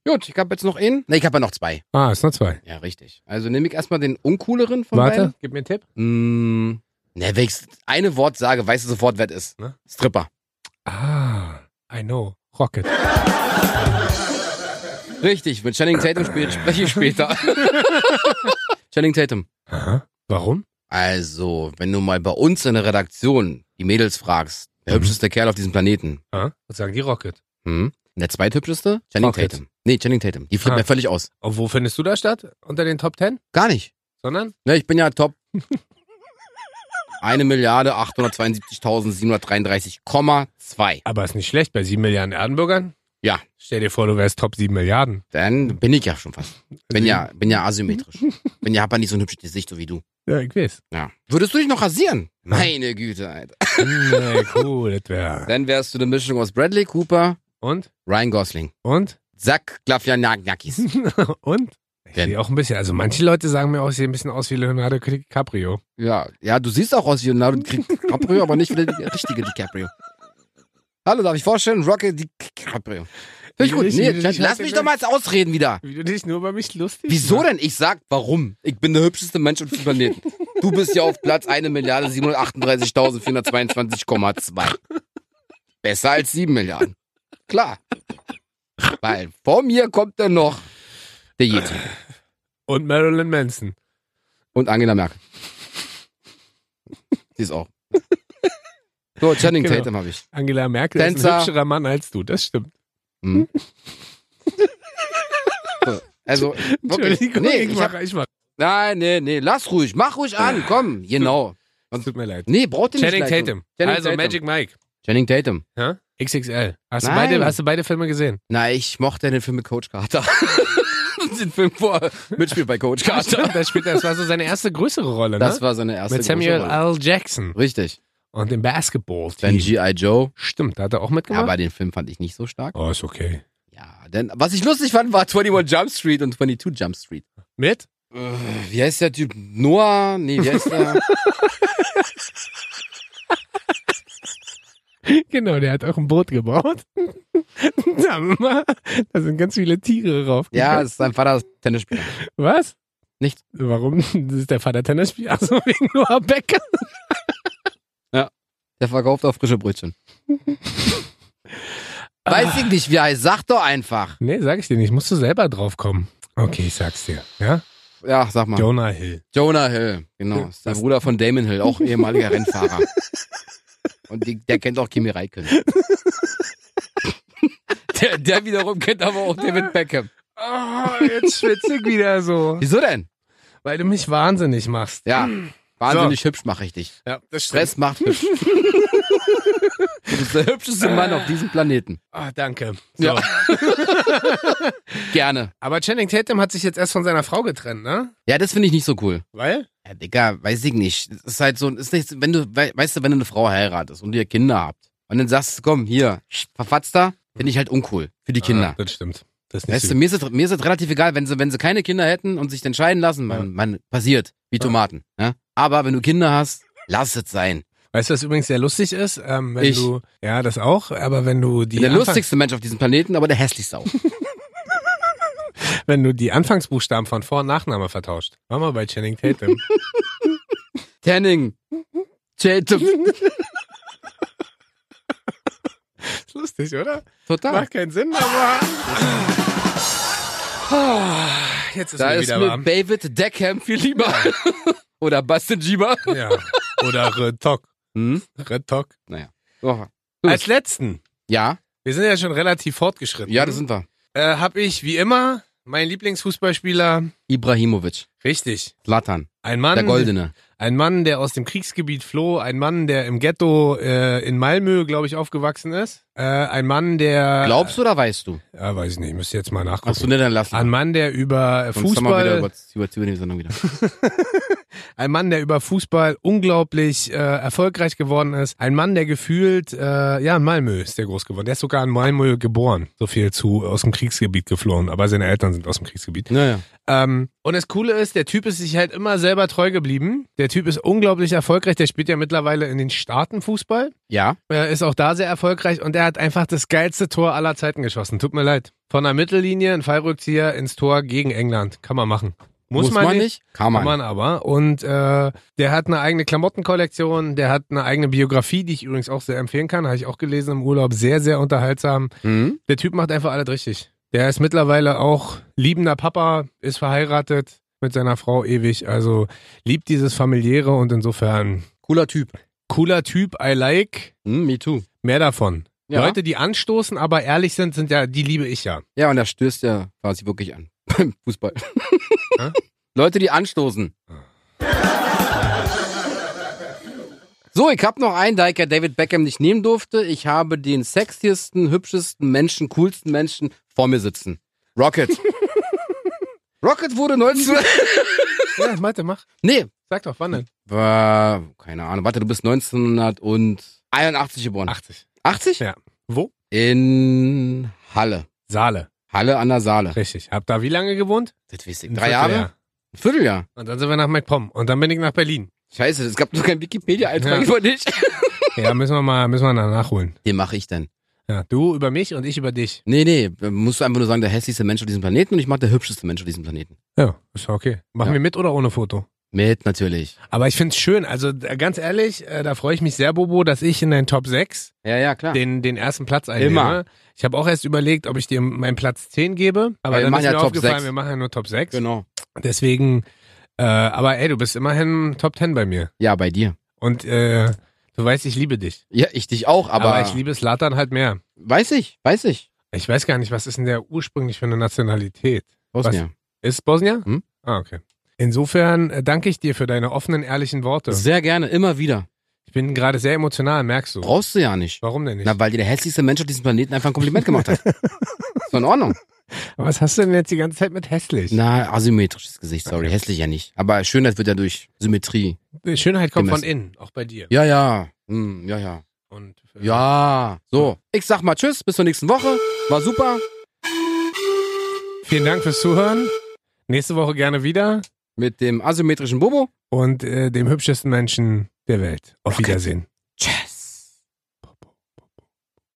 [SPEAKER 1] Gut, ich habe jetzt noch einen. Ne, ich habe ja noch zwei.
[SPEAKER 2] Ah, ist nur zwei.
[SPEAKER 1] Ja, richtig. Also nehme ich erstmal den uncooleren von
[SPEAKER 2] Warte, gib mir einen Tipp.
[SPEAKER 1] beiden. Mm, ne, wenn ich eine Wort sage, weißt du sofort, wer es ist.
[SPEAKER 2] Ne?
[SPEAKER 1] Stripper.
[SPEAKER 2] Ah, I know. Rocket.
[SPEAKER 1] Richtig, mit Channing Tatum spiel, spreche ich später. Channing Tatum.
[SPEAKER 2] Aha. Warum?
[SPEAKER 1] Also, wenn du mal bei uns in der
[SPEAKER 2] Mhm.
[SPEAKER 1] Redaktion die Mädels fragst, der hübscheste Kerl auf diesem Planeten,
[SPEAKER 2] Ah, was sagen die Rocket?
[SPEAKER 1] hm, Und der zweithübscheste? Channing
[SPEAKER 2] Fuck it.
[SPEAKER 1] Tatum. Nee, Channing Tatum. Die flippt
[SPEAKER 2] Ah.
[SPEAKER 1] mir völlig aus.
[SPEAKER 2] Und wo findest du da statt? Unter den Top 10?
[SPEAKER 1] Gar nicht.
[SPEAKER 2] Sondern?
[SPEAKER 1] Ne, ich bin ja top. Eine Milliarde 872.733,2.
[SPEAKER 2] Aber ist nicht schlecht bei 7 Milliarden Erdenbürgern.
[SPEAKER 1] Ja.
[SPEAKER 2] Stell dir vor, du wärst Top 7 Milliarden.
[SPEAKER 1] Dann bin ich ja schon fast. Bin ja, bin ja asymmetrisch. Bin ja, hab ja nicht so ein hübsches Gesicht so wie du.
[SPEAKER 2] Ja, ich weiß.
[SPEAKER 1] Ja. Würdest du dich noch rasieren?
[SPEAKER 2] Nein.
[SPEAKER 1] Meine Güte, Alter.
[SPEAKER 2] nee, cool, das wäre.
[SPEAKER 1] Dann wärst du eine Mischung aus Bradley Cooper,
[SPEAKER 2] Und?
[SPEAKER 1] Ryan Gosling,
[SPEAKER 2] Und?
[SPEAKER 1] Zack Glafianakis.
[SPEAKER 2] Und? Ich
[SPEAKER 1] Denn-
[SPEAKER 2] sehe auch ein bisschen, also manche Leute sagen mir auch, ich sehe ein bisschen aus wie Leonardo DiCaprio.
[SPEAKER 1] Ja, ja, du siehst auch aus wie Leonardo DiCaprio, aber nicht wie der richtige DiCaprio. Hallo, darf ich vorstellen? Rocket DiCaprio. Finde ich
[SPEAKER 2] Wie
[SPEAKER 1] gut.
[SPEAKER 2] du dich-
[SPEAKER 1] Nee,
[SPEAKER 2] wie du dich
[SPEAKER 1] lass
[SPEAKER 2] heute
[SPEAKER 1] mich doch mal jetzt ausreden wieder.
[SPEAKER 2] Wie du dich nur über mich lustig
[SPEAKER 1] Wieso denn? Ich sag, warum? Ich bin der hübscheste Mensch auf dem Planeten. Du bist ja auf Platz 1.738.422,2. Besser als 7 Milliarden. Klar. Weil vor mir kommt dann noch der Yeti
[SPEAKER 2] Und Marilyn Manson.
[SPEAKER 1] und Angela Merkel. Die ist auch. So, Channing
[SPEAKER 2] Genau.
[SPEAKER 1] Tatum habe ich.
[SPEAKER 2] Angela Merkel ist
[SPEAKER 1] Tänzer.
[SPEAKER 2] ein hübscherer Mann als du, das stimmt.
[SPEAKER 1] Mhm. So, Also, wirklich.
[SPEAKER 2] Entschuldigung,
[SPEAKER 1] Nee,
[SPEAKER 2] ich
[SPEAKER 1] ich hab,
[SPEAKER 2] mache, ich mache.
[SPEAKER 1] nein, nee, nee, lass ruhig, mach ruhig an, komm, genau.
[SPEAKER 2] Es tut mir leid.
[SPEAKER 1] Nee, braucht ihr nicht.
[SPEAKER 2] Channing
[SPEAKER 1] gleich.
[SPEAKER 2] Tatum.
[SPEAKER 1] Channing
[SPEAKER 2] also
[SPEAKER 1] Tatum.
[SPEAKER 2] Magic Mike.
[SPEAKER 1] Channing Tatum.
[SPEAKER 2] Ja? XXL. Hast du,
[SPEAKER 1] Nein.
[SPEAKER 2] beide, hast du beide Filme gesehen?
[SPEAKER 1] Na, ich mochte den Film mit Coach Carter. den Film vor Mitspiel bei Coach Carter.
[SPEAKER 2] Stimmt, das, spielt, das war so seine erste größere Rolle,
[SPEAKER 1] Das
[SPEAKER 2] ne?
[SPEAKER 1] war seine erste
[SPEAKER 2] Mit Samuel
[SPEAKER 1] große Rolle.
[SPEAKER 2] L. Jackson
[SPEAKER 1] Richtig.
[SPEAKER 2] und dem Basketball-Team.
[SPEAKER 1] Dann G.I. Joe.
[SPEAKER 2] Stimmt, da hat er auch
[SPEAKER 1] Ja,
[SPEAKER 2] mitgemacht.
[SPEAKER 1] aber den Film fand ich nicht so stark.
[SPEAKER 2] oh, ist okay.
[SPEAKER 1] Ja, denn was ich lustig fand, war 21 Jump Street und 22 Jump Street.
[SPEAKER 2] Mit?
[SPEAKER 1] Äh, wie heißt der Typ? Noah? Nee, wie heißt der?
[SPEAKER 2] Genau, der hat auch ein Boot gebaut. da haben wir- da sind ganz viele Tiere drauf.
[SPEAKER 1] ja, das ist sein Vater das ist Tennisspieler.
[SPEAKER 2] Was?
[SPEAKER 1] Nichts.
[SPEAKER 2] Warum? Das ist der Vater Tennisspieler. Achso, wegen Noah Becker.
[SPEAKER 1] Der verkauft auch frische Brötchen. Weiß ich nicht, wie er heißt. Sag doch einfach.
[SPEAKER 2] Nee, sag ich dir nicht. Musst du selber drauf kommen. Okay, ich sag's dir. Ja?
[SPEAKER 1] Ja, sag mal.
[SPEAKER 2] Jonah Hill.
[SPEAKER 1] Jonah Hill, genau. Ist der
[SPEAKER 2] Das-
[SPEAKER 1] Bruder von Damon Hill, auch ehemaliger Rennfahrer. Und die, der kennt auch Kimi Räikkönen. Der, der wiederum kennt aber auch David Beckham.
[SPEAKER 2] Oh, jetzt schwitze ich wieder so.
[SPEAKER 1] Wieso denn?
[SPEAKER 2] Weil du mich wahnsinnig machst.
[SPEAKER 1] Ja, wahnsinnig hübsch mache ich dich.
[SPEAKER 2] Ja, das
[SPEAKER 1] Stress macht hübsch. Du bist der hübscheste Mann auf diesem Planeten.
[SPEAKER 2] Ah, danke.
[SPEAKER 1] Ja. Gerne.
[SPEAKER 2] Aber Channing Tatum hat sich jetzt erst von seiner Frau getrennt, ne?
[SPEAKER 1] Ja, das finde ich nicht so cool.
[SPEAKER 2] Weil?
[SPEAKER 1] Ja, Digga, weiß ich nicht. Es ist halt so, es ist nicht, wenn du, we- weißt du, wenn du eine Frau heiratest und ihr Kinder habt und dann sagst, du, komm, hier, verfatzt da, finde ich halt uncool für die Kinder.
[SPEAKER 2] Ah, das stimmt. Das ist
[SPEAKER 1] Weißt du, mir ist, es, mir ist es relativ egal, wenn sie, wenn sie keine Kinder hätten und sich dann scheiden lassen, man,
[SPEAKER 2] Ja.
[SPEAKER 1] man passiert, wie Tomaten. Ja? Aber wenn du Kinder hast, lass es sein.
[SPEAKER 2] Weißt du, was übrigens sehr lustig ist? Ähm, wenn
[SPEAKER 1] Ich.
[SPEAKER 2] du, ja, das auch, aber wenn du die
[SPEAKER 1] Ich bin der
[SPEAKER 2] Anfang-
[SPEAKER 1] lustigste Mensch auf diesem Planeten, aber der hässlichste auch.
[SPEAKER 2] wenn du die Anfangsbuchstaben von Vor- und Nachname vertauscht. Mach mal bei Channing Tatum.
[SPEAKER 1] Tanning. Tatum.
[SPEAKER 2] ist lustig, oder?
[SPEAKER 1] Total.
[SPEAKER 2] Macht keinen Sinn, aber. Ah, Jetzt ist
[SPEAKER 1] Da
[SPEAKER 2] mir
[SPEAKER 1] ist
[SPEAKER 2] wieder
[SPEAKER 1] mir
[SPEAKER 2] warm.
[SPEAKER 1] David Deckham viel lieber. Oder Bastin Jieber.
[SPEAKER 2] Ja. Oder Retok.
[SPEAKER 1] Hm?
[SPEAKER 2] Retok.
[SPEAKER 1] Oh. Gut.
[SPEAKER 2] Als letzten.
[SPEAKER 1] Ja,
[SPEAKER 2] Wir sind ja schon relativ fortgeschritten.
[SPEAKER 1] ja, das sind wir.
[SPEAKER 2] Äh, hab ich, wie immer, meinen Lieblingsfußballspieler.
[SPEAKER 1] Ibrahimovic.
[SPEAKER 2] Richtig.
[SPEAKER 1] Zlatan.
[SPEAKER 2] Ein Mann.
[SPEAKER 1] Der Goldene.
[SPEAKER 2] Ein Mann, der aus dem Kriegsgebiet floh, ein Mann, der im Ghetto äh, in Malmö, glaube ich, aufgewachsen ist. Äh, ein Mann, der.
[SPEAKER 1] Glaubst du oder weißt du?
[SPEAKER 2] Ja, weiß ich nicht, müsste jetzt mal
[SPEAKER 1] Hast du
[SPEAKER 2] nachgucken.
[SPEAKER 1] nicht dann lassen.
[SPEAKER 2] Ein Mann, der über
[SPEAKER 1] Sonst haben wir wieder
[SPEAKER 2] Äh, Fußball,
[SPEAKER 1] über, über, über die Sendung wieder.
[SPEAKER 2] ein Mann, der über Fußball unglaublich äh, erfolgreich geworden ist. Ein Mann, der gefühlt, äh, ja, in Malmö ist der groß geworden. Der ist sogar in Malmö geboren. So viel zu aus dem Kriegsgebiet geflohen, aber seine Eltern sind aus dem Kriegsgebiet.
[SPEAKER 1] Naja.
[SPEAKER 2] Ähm, und das Coole ist, der Typ ist sich halt immer selber treu geblieben. Der Typ ist unglaublich erfolgreich. Der spielt ja mittlerweile in den Staaten Fußball.
[SPEAKER 1] Ja,
[SPEAKER 2] Er ist auch da sehr erfolgreich und er hat einfach das geilste Tor aller Zeiten geschossen. Tut mir leid. Von der Mittellinie ein Fallrückzieher ins Tor gegen England. Kann man machen. Muss, man, nicht.
[SPEAKER 1] Kann man.
[SPEAKER 2] Kann man aber. Und äh, der hat eine eigene Klamottenkollektion, der hat eine eigene Biografie, die ich übrigens auch sehr empfehlen kann. Habe ich auch gelesen im Urlaub. Sehr, sehr unterhaltsam.
[SPEAKER 1] Hm?
[SPEAKER 2] Der Typ macht einfach alles richtig. Der ist mittlerweile auch liebender Papa, ist verheiratet mit seiner Frau ewig. Also liebt dieses familiäre und insofern
[SPEAKER 1] Cooler Typ.
[SPEAKER 2] cooler Typ. I like.
[SPEAKER 1] Hm, me too.
[SPEAKER 2] Mehr davon.
[SPEAKER 1] Ja.
[SPEAKER 2] Leute, die anstoßen, aber ehrlich sind, sind ja, die liebe ich ja.
[SPEAKER 1] Ja, und da stößt er quasi wirklich an. Beim Fußball.
[SPEAKER 2] Hä? Ah.
[SPEAKER 1] Leute, die anstoßen. So, ich habe noch einen, da ich ja David Beckham nicht nehmen durfte. Ich habe den sexiesten, hübschesten Menschen, coolsten Menschen vor mir sitzen. Rocket. Rocket wurde 19...
[SPEAKER 2] Ja, Malte, mach.
[SPEAKER 1] nee,
[SPEAKER 2] Sag doch, wann denn?
[SPEAKER 1] war, keine Ahnung. Warte, du bist 1981 geboren.
[SPEAKER 2] 80.
[SPEAKER 1] 80?
[SPEAKER 2] Ja. Wo?
[SPEAKER 1] In Halle.
[SPEAKER 2] Saale.
[SPEAKER 1] Halle an der Saale.
[SPEAKER 2] Richtig. Hab da wie lange gewohnt?
[SPEAKER 1] Das weiß ich.
[SPEAKER 2] Ein
[SPEAKER 1] Drei Jahre?
[SPEAKER 2] Vierteljahr.
[SPEAKER 1] Ein Vierteljahr.
[SPEAKER 2] Und dann sind wir nach MacPom. Und dann bin ich nach Berlin.
[SPEAKER 1] Scheiße, es gab noch keinen Wikipedia-Eintrag
[SPEAKER 2] Ja.
[SPEAKER 1] über dich.
[SPEAKER 2] Ja, müssen wir mal, müssen wir mal nachholen.
[SPEAKER 1] Den mache ich dann.
[SPEAKER 2] Ja, du über mich und ich über dich.
[SPEAKER 1] Nee, nee, musst du einfach nur sagen, der hässlichste Mensch auf diesem Planeten und ich mache der hübscheste Mensch auf diesem Planeten.
[SPEAKER 2] Ja, ist okay. Machen
[SPEAKER 1] Ja.
[SPEAKER 2] wir mit oder ohne Foto?
[SPEAKER 1] Mit natürlich.
[SPEAKER 2] Aber ich find's schön. Also d- ganz ehrlich, äh, da freue ich mich sehr, Bobo, dass ich in den Top 6
[SPEAKER 1] Ja, ja, klar.
[SPEAKER 2] den, den ersten Platz einnehme.
[SPEAKER 1] Immer.
[SPEAKER 2] Ich habe auch erst überlegt, ob ich dir meinen Platz 10 gebe. Aber
[SPEAKER 1] wir
[SPEAKER 2] dann
[SPEAKER 1] machen
[SPEAKER 2] ist
[SPEAKER 1] ja
[SPEAKER 2] mir
[SPEAKER 1] Top
[SPEAKER 2] aufgefallen,
[SPEAKER 1] 6.
[SPEAKER 2] wir machen ja nur Top 6.
[SPEAKER 1] Genau.
[SPEAKER 2] Deswegen, äh, aber ey, du bist immerhin Top 10 bei mir.
[SPEAKER 1] Ja, bei dir.
[SPEAKER 2] Und äh, du weißt, ich liebe dich.
[SPEAKER 1] Ja, ich dich auch, aber,
[SPEAKER 2] ich liebe Slatan halt mehr.
[SPEAKER 1] weiß ich, weiß ich.
[SPEAKER 2] Ich weiß gar nicht, was ist denn der ursprünglich für eine Nationalität?
[SPEAKER 1] Bosnien.
[SPEAKER 2] Ist Bosnier?
[SPEAKER 1] Hm?
[SPEAKER 2] Ah, okay. Insofern äh, danke ich dir für deine offenen, ehrlichen Worte.
[SPEAKER 1] Sehr gerne, immer wieder.
[SPEAKER 2] Ich bin gerade sehr emotional, merkst du.
[SPEAKER 1] Brauchst du ja nicht.
[SPEAKER 2] Warum denn nicht?
[SPEAKER 1] Na, weil dir der hässlichste Mensch auf diesem Planeten einfach ein Kompliment gemacht hat. ist doch in Ordnung.
[SPEAKER 2] Was hast du denn jetzt die ganze Zeit mit hässlich?
[SPEAKER 1] Na, asymmetrisches Gesicht, sorry. Hässlich ja nicht. Aber Schönheit wird ja durch Symmetrie.
[SPEAKER 2] Schönheit kommt von
[SPEAKER 1] Gemessen.
[SPEAKER 2] innen, auch bei dir.
[SPEAKER 1] Ja, ja. Hm, ja, ja.
[SPEAKER 2] Und, äh,
[SPEAKER 1] Ja. So, ich sag mal Tschüss, bis zur nächsten Woche. War super.
[SPEAKER 2] Vielen Dank fürs Zuhören. Nächste Woche gerne wieder.
[SPEAKER 1] Mit dem asymmetrischen Bobo.
[SPEAKER 2] Und äh, dem hübschesten Menschen der Welt. Auf Wiedersehen.